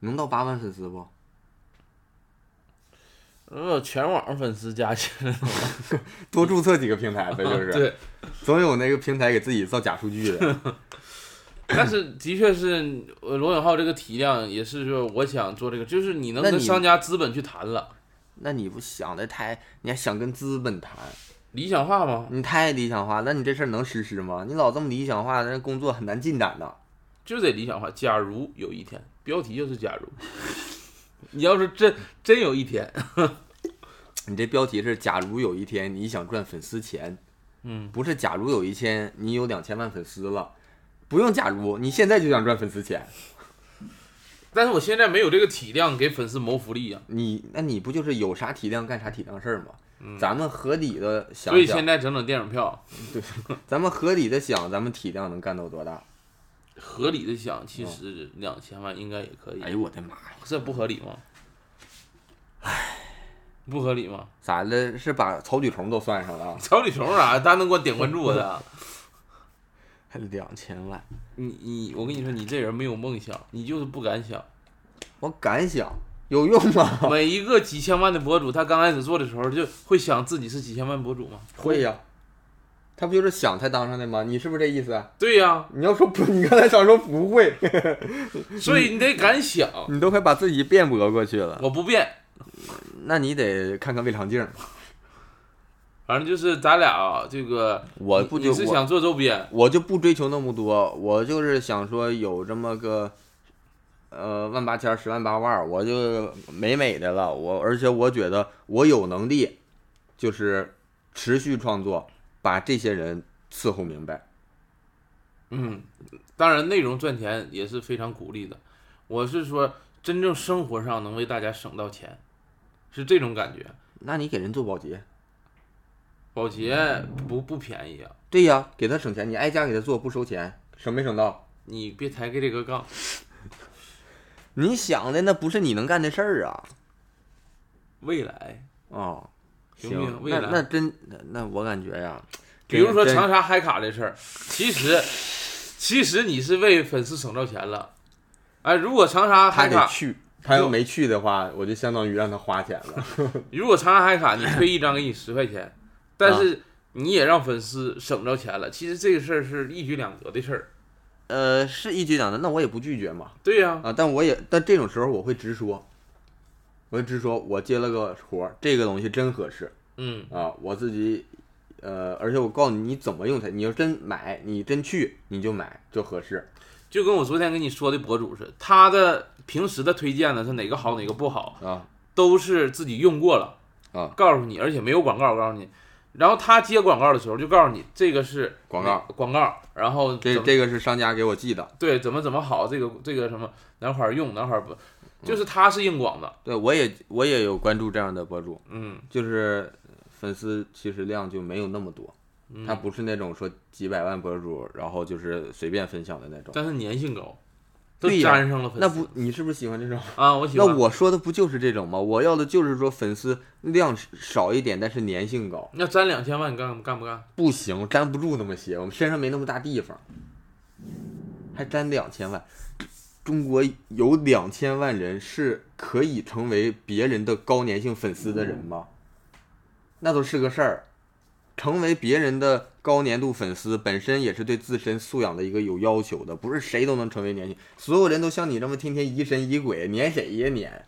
Speaker 2: 能到八万粉丝不？
Speaker 1: 呃，全网粉丝加起来，
Speaker 2: 多注册几个平台呗，就是，
Speaker 1: 对，
Speaker 2: 总有那个平台给自己造假数据的。
Speaker 1: 但是的确是呃罗永浩这个体量也是说，我想做这个，就是你能
Speaker 2: 那
Speaker 1: 跟
Speaker 2: 你
Speaker 1: 商家资本去谈了，
Speaker 2: 那你不想的太，你还想跟资本谈，
Speaker 1: 理想化吗？
Speaker 2: 你太理想化，那你这事儿能实施吗？你老这么理想化，那工作很难进展的。
Speaker 1: 就得理想化。假如有一天，标题就是假如， 你要是真真有一天，
Speaker 2: 你这标题是“假如有一天你想赚粉丝钱”，
Speaker 1: 嗯，
Speaker 2: 不是“假如有一天你有两千万粉丝了”，不用“假如”，你现在就想赚粉丝钱，
Speaker 1: 但是我现在没有这个体量给粉丝谋福利啊，
Speaker 2: 你那你不就是有啥体量干啥体量事儿吗？
Speaker 1: 嗯
Speaker 2: 咱们合理的想
Speaker 1: 所以现
Speaker 2: 想，
Speaker 1: 在整整电影票，
Speaker 2: 咱们合理的想，咱们体量能干到多大？
Speaker 1: 合理的想，其实两千万应该也可以，
Speaker 2: 哎呦我的妈呀！
Speaker 1: 这不合理吗？不合理吗？
Speaker 2: 咋的？是把草履虫都算上了？啊
Speaker 1: 小李熊啥？啊大家能给我点关注的？ 啊
Speaker 2: 两千万，
Speaker 1: 你你，我跟你说，你这人没有梦想，你就是不敢 想。
Speaker 2: 我敢想，有用吗？
Speaker 1: 每一个几千万的博主，他刚开始做的时候，就会想自己是几千万博主 吗？
Speaker 2: 会呀、他不就是想才当上的吗？你是不是这意思？啊
Speaker 1: 对呀、
Speaker 2: 你要说不，你刚才想说不会，
Speaker 1: 所以你得敢想。
Speaker 2: 你都快把自己辩驳过去了，
Speaker 1: 我不变，
Speaker 2: 那你得看看胃肠镜。
Speaker 1: 反正就是咱俩啊，这个
Speaker 2: 我
Speaker 1: 你
Speaker 2: 不
Speaker 1: 你
Speaker 2: 就是我
Speaker 1: 想做周边，
Speaker 2: 我就不追求那么多，我就是想说有这么个，呃，万八千儿、十万八万儿，我就美美的了。我而且我觉得我有能力，就是持续创作，把这些人伺候明白。
Speaker 1: 嗯，当然内容赚钱也是非常鼓励的。我是说，真正生活上能为大家省到钱，是这种感觉。
Speaker 2: 那你给人做保洁，
Speaker 1: 保洁不不便宜啊，
Speaker 2: 对呀，给他省钱，你挨家给他做不收钱，省没省到？
Speaker 1: 你别抬给这个杠。
Speaker 2: 你想的那不是你能干的事儿啊！
Speaker 1: 未来，
Speaker 2: 哦，
Speaker 1: 行不行
Speaker 2: 行，
Speaker 1: 未
Speaker 2: 那
Speaker 1: 来
Speaker 2: 那真那那我感觉呀，
Speaker 1: 比如说
Speaker 2: 真
Speaker 1: 长沙嗨卡这事儿，其实其实你是为粉丝省到钱了。哎，如果长沙
Speaker 2: 他
Speaker 1: 嗨
Speaker 2: 得
Speaker 1: 卡，
Speaker 2: 去，他要没去的话，我就相当于让他花钱了。
Speaker 1: 如果长沙海卡你退一张给你十块
Speaker 2: 啊
Speaker 1: 钱，但是你也让粉丝省着钱了，其实这个事儿是一举两得的事儿。
Speaker 2: 呃，是一举两得，那我也不拒绝嘛。
Speaker 1: 对呀、
Speaker 2: 啊，但我也，但这种时候我会直说，我会直说，我接了个活儿，这个东西真合适
Speaker 1: 嗯，
Speaker 2: 啊，我自己，呃，而且我告诉你你怎么用它，你要真买，你真去，你就买就合适。
Speaker 1: 就跟我昨天跟你说的博主似的，他的平时的推荐呢是哪个好哪个不好，
Speaker 2: 啊
Speaker 1: 都是自己用过了
Speaker 2: 啊，
Speaker 1: 告诉你，而且没有广告告诉你。然后他接广告的时候就告诉你这个是
Speaker 2: 广告
Speaker 1: 广告，然后
Speaker 2: 这
Speaker 1: 怎么
Speaker 2: 这个是商家给我寄的，
Speaker 1: 对怎么怎么好，这个这个什么哪块儿用哪块
Speaker 2: 嗯
Speaker 1: 儿不，就是他是硬广的，
Speaker 2: 对我也我也有关注这样的博主，
Speaker 1: 嗯，
Speaker 2: 就是粉丝其实量就没有那么多，
Speaker 1: 嗯
Speaker 2: 他不是那种说几百万博主，然后就是随便分享的那种。
Speaker 1: 但是粘性高，都
Speaker 2: 对呀
Speaker 1: 粘上了粉丝。
Speaker 2: 那不，你是不是喜欢这种？
Speaker 1: 啊，我喜
Speaker 2: 那
Speaker 1: 欢。
Speaker 2: 我说的不就是这种吗？我要的就是说粉丝量少一点，但是粘性高，
Speaker 1: 那攒两千万，你干干不干？
Speaker 2: 不行，粘不住那么些，我们身上没那么大地方，还粘两千万。中国有两千万人是可以成为别人的高粘性粉丝的人吗？那都是个事儿。成为别人的高粘度粉丝，本身也是对自身素养的一个有要求的，不是谁都能成为粘性。所有人都像你这么天天疑神疑鬼，粘谁呀粘？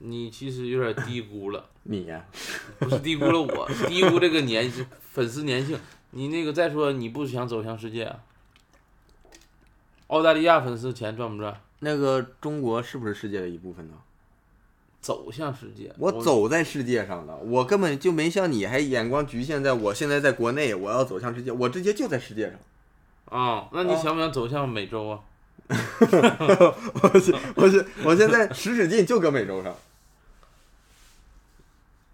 Speaker 1: 你其实有点低估了，
Speaker 2: 你呀、
Speaker 1: 不是低估了我，低估这个粘性粉丝粘性。你那个再说，你不想走向世界啊？澳大利亚粉丝钱赚不赚？
Speaker 2: 那个中国是不是世界的一部分呢？
Speaker 1: 走向世界，
Speaker 2: 我走在世界上了，我根本就没像你还眼光局限在我现在在国内，我要走向世界，我直接就在世界上。
Speaker 1: 啊、那你想不想走向美洲啊？
Speaker 2: 我是我是我 现在使使劲就搁美洲上，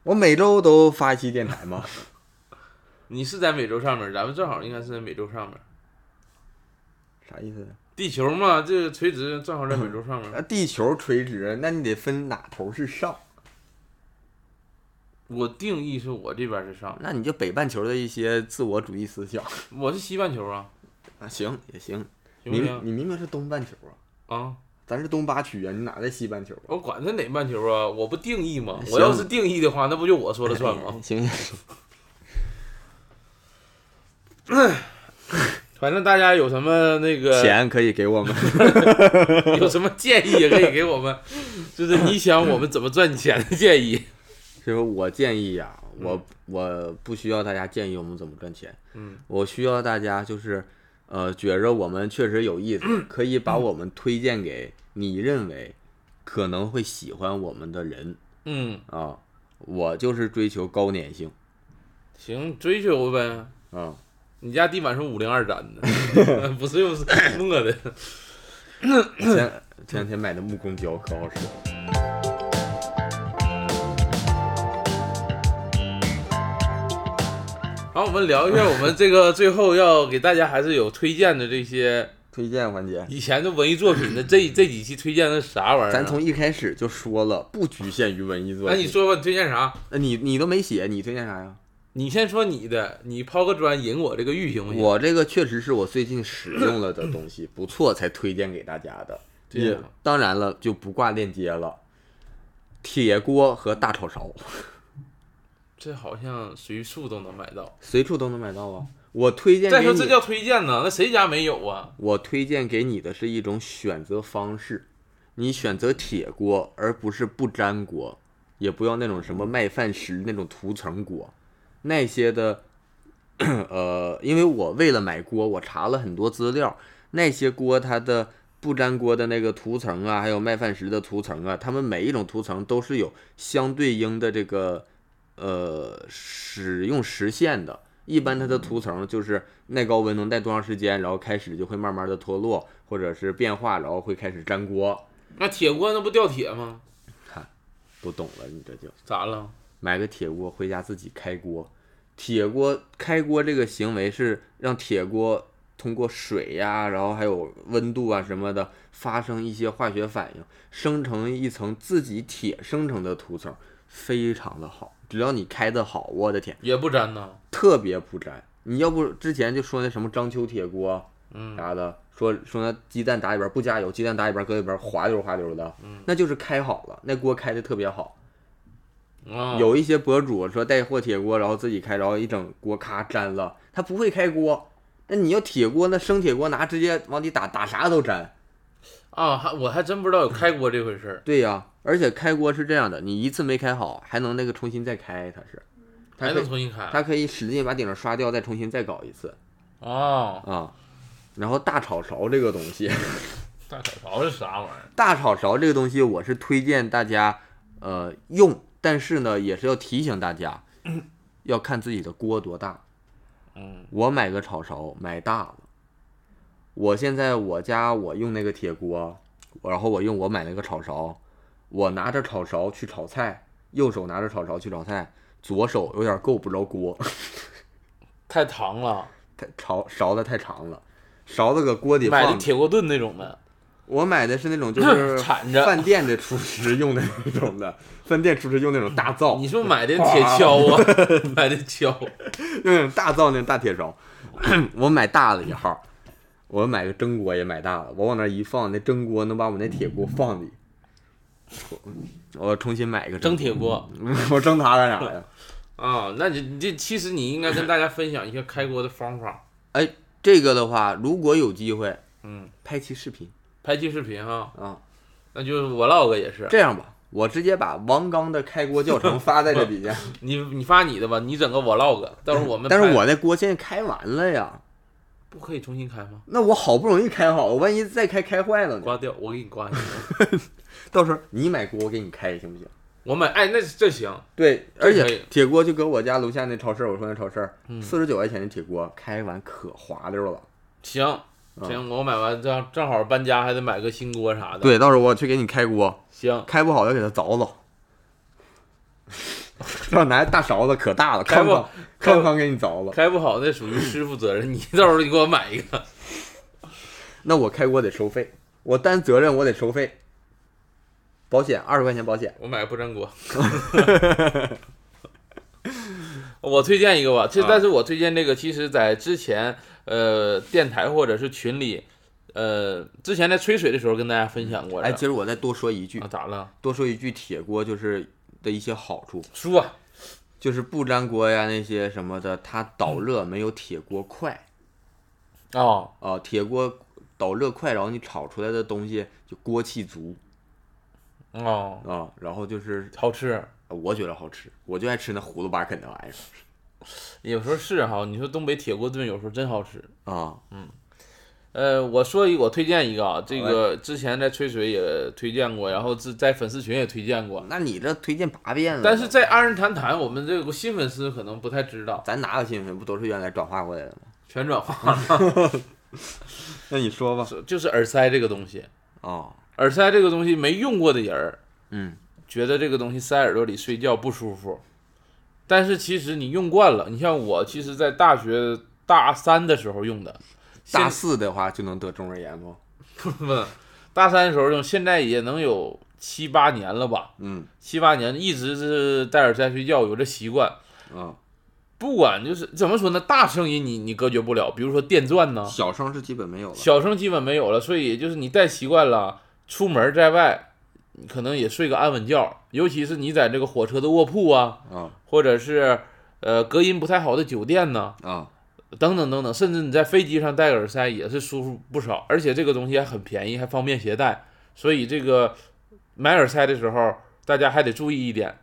Speaker 2: 我每周都发一期电台嘛。
Speaker 1: 你是在美洲上面，咱们正好应该是在美洲上面。
Speaker 2: 啥意思？
Speaker 1: 地球嘛，这个垂直正好在美洲上面。
Speaker 2: 啊，地球垂直，那你得分哪头是上？
Speaker 1: 我定义是我这边是上，
Speaker 2: 那你就北半球的一些自我主义思想
Speaker 1: 我是西半球啊，
Speaker 2: 啊，行也行。
Speaker 1: 行
Speaker 2: 你
Speaker 1: 不行
Speaker 2: 你明明是东半球啊，
Speaker 1: 啊？
Speaker 2: 咱是东八区啊，你哪在西半球啊？
Speaker 1: 我管他哪半球啊，我不定义吗？我要是定义的话，那不就我说了算吗？
Speaker 2: 哎行行，
Speaker 1: 反正大家有什么那个
Speaker 2: 钱可以给我们，
Speaker 1: 有什么建议也可以给我们， 就是你想我们怎么赚钱的建议。
Speaker 2: 就是我建议呀、我我不需要大家建议我们怎么赚钱，
Speaker 1: 嗯，
Speaker 2: 我需要大家就是，呃，觉着我们确实有意 思，可以把我们推荐给你认为可能会喜欢我们的人
Speaker 1: 嗯，
Speaker 2: 啊。我就是追求高粘性
Speaker 1: 行，追求呗。
Speaker 2: 啊，
Speaker 1: 你家地板是五零二粘的， 不是用磨的。
Speaker 2: 前前两天买的木工胶可好使了。
Speaker 1: 好，我们聊一下我们这个最后要给大家还是有推荐的这些
Speaker 2: 推荐环节，
Speaker 1: 以前的文艺作品的这这几期推荐的啥玩意儿啊？
Speaker 2: 咱从一开始就说了，不局限于文艺作
Speaker 1: 那哎
Speaker 2: 品。
Speaker 1: 你，说吧，你推荐啥？
Speaker 2: 那你你都没写，你推荐啥呀？
Speaker 1: 你先说你的，你抛个砖引我这个玉行不行？
Speaker 2: 我这个确实是我最近使用了的东 西，不错才推荐给大家的。
Speaker 1: 对
Speaker 2: 也
Speaker 1: 呀
Speaker 2: 当然了，就不挂链接了。铁锅和大炒勺，
Speaker 1: 这好像随处都能买到。
Speaker 2: 随处都能买到啊。我推荐
Speaker 1: 再
Speaker 2: 给
Speaker 1: 说这
Speaker 2: 你，
Speaker 1: 叫推荐呢，那谁家没有啊？
Speaker 2: 我推荐给你的是一种选择方式，你选择铁锅，而不是不粘锅，也不要那种什么麦饭石那种涂层锅，那些的， 呃，因为我为了买锅，我查了很多资料，那些锅它的不粘锅的那个涂层啊，还有麦饭石的涂层啊，它们每一种涂层都是有相对应的这个呃使用时限的。一般它的涂层就是耐高温能耐多长时间，然后开始就会慢慢的脱落，或者是变化，然后会开始粘锅。
Speaker 1: 那铁锅那不掉铁吗？
Speaker 2: 都懂了，你这就
Speaker 1: 咋了？
Speaker 2: 买个铁锅回家自己开锅。铁锅开锅这个行为是让铁锅通过水呀、然后还有温度啊什么的发生一些化学反应，生成一层自己铁生成的涂层，非常的好。只要你开的好，我的天，
Speaker 1: 也不粘呐。
Speaker 2: 特别不粘。你要不之前就说那什么章丘铁锅
Speaker 1: 嗯
Speaker 2: 啥的，说说那鸡蛋打里边不加油，鸡蛋打里边搁里边滑溜滑溜的，那就是开好了，那锅开的特别好。
Speaker 1: 啊，
Speaker 2: 有一些博主说带货铁锅，然后自己开，然后一整锅咔粘了，他不会开锅。那你要铁锅，那生铁锅拿直接往里打，打啥都粘。
Speaker 1: 啊，还我还真不知道有开锅这回事儿，
Speaker 2: 对呀、而且开锅是这样的，你一次没开好，还能那个重新再开，它是，它
Speaker 1: 还
Speaker 2: 可
Speaker 1: 能
Speaker 2: 以
Speaker 1: 重新开
Speaker 2: 它可以使劲把顶上刷掉，再重新再搞一次
Speaker 1: 哦，
Speaker 2: 啊。然后大炒勺这个东西，
Speaker 1: 大烤勺是啥玩意儿？
Speaker 2: 大炒勺这个东西，我是推荐大家呃用，但是呢，也是要提醒大家，要看自己的锅多大。
Speaker 1: 嗯，
Speaker 2: 我买个炒勺，买大了。我现在我家我用那个铁锅，然后我用我买了个炒勺，我拿着炒勺去炒菜，右手拿着炒勺去炒菜，左手有点够不着锅，
Speaker 1: 太糖了，
Speaker 2: 太炒勺子太长了，勺子搁锅底
Speaker 1: 买的
Speaker 2: 放着。
Speaker 1: 铁锅炖那种的，
Speaker 2: 我买的是那种就是
Speaker 1: 铲着
Speaker 2: 饭店的厨师用的那种的， 饭店厨师用那种大灶，
Speaker 1: 你是不是买的铁锹 啊？买的锹，
Speaker 2: 嗯，大灶那大铁勺， 我买大了一号，我买个蒸锅也买大了，我往那一放，那蒸锅能把我那铁锅放里。我我重新买一个
Speaker 1: 蒸
Speaker 2: 锅，
Speaker 1: 铁锅
Speaker 2: 我蒸它干啥呀？
Speaker 1: 啊？那你你这其实你应该跟大家分享一下开锅的方法，
Speaker 2: 哎，这个的话，如果有机会
Speaker 1: 嗯，
Speaker 2: 拍期视频
Speaker 1: 拍期视频哈，
Speaker 2: 啊，
Speaker 1: 那就是 vlog 也是，
Speaker 2: 这样吧，我直接把王刚的开锅教程发在这底 下。
Speaker 1: 你你发你的吧，你整个 vlog，到时候我们
Speaker 2: 但
Speaker 1: 拍
Speaker 2: 是我那锅现在开完了呀，
Speaker 1: 不可以重新开吗？
Speaker 2: 那我好不容易开好，我万一再开开坏了呢？
Speaker 1: 刮掉，我给你刮一下。
Speaker 2: 到时候你买锅，我给你开行不行？
Speaker 1: 我买，哎，那这行，
Speaker 2: 对，
Speaker 1: 这
Speaker 2: 而
Speaker 1: 可以嗯
Speaker 2: 且铁锅就搁我家楼下那超市，我说那超市四十九块钱的铁锅，开完可滑溜了。
Speaker 1: 行
Speaker 2: 嗯
Speaker 1: 行，我买完正正好搬家，还得买个新锅啥的。，
Speaker 2: 对，到时候我去给你开锅，
Speaker 1: 行，
Speaker 2: 开不好要给它凿凿。要拿大勺子可大了，
Speaker 1: 开
Speaker 2: 康
Speaker 1: 不
Speaker 2: 康
Speaker 1: 开不
Speaker 2: 康康给你凿了。
Speaker 1: 开不好那属于师傅责任，你到时候你给我买一个。
Speaker 2: 那我开锅得收费，我担责任我得收费，保险二十块钱保险。
Speaker 1: 我买个不粘 锅。我推荐一个吧，这
Speaker 2: 啊
Speaker 1: 但是我推荐这个，其实在之前呃电台或者是群里呃，之前在吹水的时候跟大家分享过了。
Speaker 2: 哎，其实我再多说一句
Speaker 1: 啊，，咋了？
Speaker 2: 多说一句铁锅就是的一些好处，
Speaker 1: 说啊
Speaker 2: 就是不粘锅呀那些什么的，它导热没有铁锅快
Speaker 1: 哦，
Speaker 2: 啊、铁锅导热快，然后你炒出来的东西就锅气足
Speaker 1: 哦，
Speaker 2: 啊、然后就是
Speaker 1: 好吃。
Speaker 2: 呃我觉得好吃，我就爱吃那葫芦巴啃的玩意
Speaker 1: 有时候是哈，你说东北铁锅炖有时候真好吃。
Speaker 2: 儿啊、
Speaker 1: 呃，我说一个，我推荐一个啊，这个之前在吹水也推荐过，然后自在粉丝群也推荐过，
Speaker 2: 那你这推荐八遍了，
Speaker 1: 但是在二人谈谈，我们这有个新粉丝可能不太知道，
Speaker 2: 咱哪有新闻？不都是原来转化过来的吗？
Speaker 1: 全转化了，
Speaker 2: 那你说吧。
Speaker 1: 就是耳塞这个东西，
Speaker 2: 哦，
Speaker 1: 耳塞这个东西没用过的人儿，
Speaker 2: 嗯，
Speaker 1: 觉得这个东西塞耳朵里睡觉不舒服，但是其实你用惯了，你像我，其实在大学大三的时候用的，现
Speaker 2: 大四的话就能得中耳炎不？
Speaker 1: 不大三的时候用，现在也能有七八年了吧。
Speaker 2: 嗯
Speaker 1: 七八年一直是戴耳塞睡觉，有这习惯。
Speaker 2: 啊、
Speaker 1: 不管就是怎么说呢，大声音你你隔绝不了，比如说电钻呢，
Speaker 2: 啊小声是基本没有了。
Speaker 1: 小声基本没有了，所以就是你戴习惯了，出门在外，你可能也睡个安稳觉。尤其是你在这个火车的卧铺啊，
Speaker 2: 啊
Speaker 1: 或者是呃隔音不太好的酒店呢，
Speaker 2: 啊
Speaker 1: 等等等等，甚至你在飞机上戴耳塞也是舒服不少，而且这个东西还很便宜，还方便携带。所以这个买耳塞的时候，大家还得注意一点，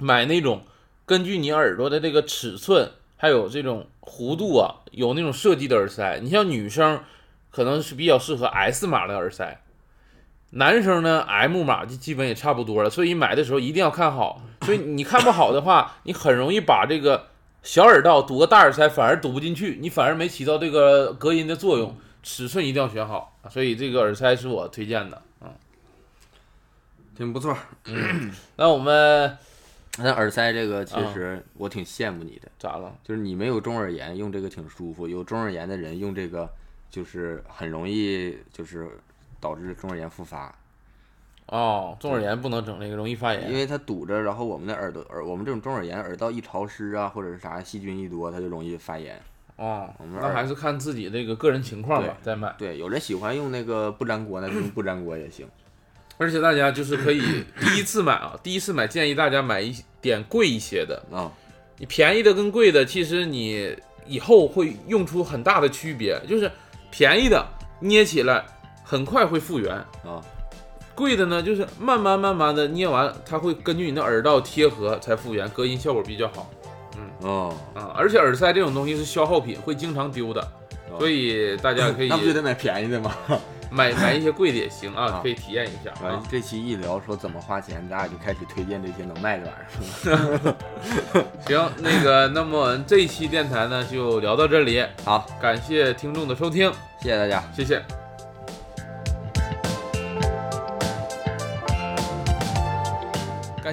Speaker 1: 买那种根据你耳朵的这个尺寸还有这种弧度啊，有那种设计的耳塞。你像女生可能是比较适合 S 码的耳塞，男生呢 M 码就基本也差不多了。所以买的时候一定要看好，所以你看不好的话，你很容易把这个。小耳道堵个大耳塞反而堵不进去，你反而没起到这个隔音的作用，尺寸一定要选好。所以这个耳塞是我推荐的。嗯，
Speaker 2: 挺不错。
Speaker 1: 那我们
Speaker 2: 那耳塞这个，其实啊我挺羡慕你的，
Speaker 1: 咋了？
Speaker 2: 就是你没有中耳炎，用这个挺舒服；有中耳炎的人用这个，就是很容易就是导致中耳炎复发，
Speaker 1: 哦，中耳炎不能整这个，容易发
Speaker 2: 因
Speaker 1: 炎。
Speaker 2: 为它堵着，然后我们的耳朵耳我们这种中耳炎耳道一潮湿啊，或者是啥细菌一多，它就容易发炎。
Speaker 1: 哦，
Speaker 2: 们
Speaker 1: 那还是看自己这个个人情况吧，再买。
Speaker 2: 对，有人喜欢用那个不粘锅，那就用不粘锅 也行。
Speaker 1: 而且大家就是 可以第一次买啊，第一次买建议大家买一点贵一些的，
Speaker 2: 啊、
Speaker 1: 你便宜的跟贵的，其实你以后会用出很大的区别。就是便宜的捏起来很快会复原，
Speaker 2: 啊、
Speaker 1: 贵的呢，就是慢慢慢慢的捏完，它会根据你的耳道贴合才复原，隔音效果比较好
Speaker 2: 哦，
Speaker 1: 啊。而且耳塞这种东西是消耗品，会经常丢的，所以大家可以
Speaker 2: 哦那不就得买便宜 的吗？
Speaker 1: 买买一些贵的也行啊
Speaker 2: 啊，
Speaker 1: 可以体验一下
Speaker 2: 完、
Speaker 1: 啊。
Speaker 2: 这期一聊说怎么花钱，咱俩就开始推荐这些能卖的玩意儿。
Speaker 1: 行，那个，那么我们这一期电台呢就聊到这里，
Speaker 2: 好，
Speaker 1: 感谢听众的收听，
Speaker 2: 谢谢大家。
Speaker 1: 谢谢。感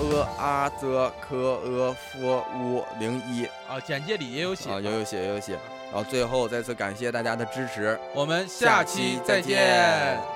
Speaker 2: a 啊 z k e f u 零一
Speaker 1: 啊，简介里也有写。
Speaker 2: 啊，有有写有有写。然后最后再次感谢大家的支持，
Speaker 1: 我们下期再见。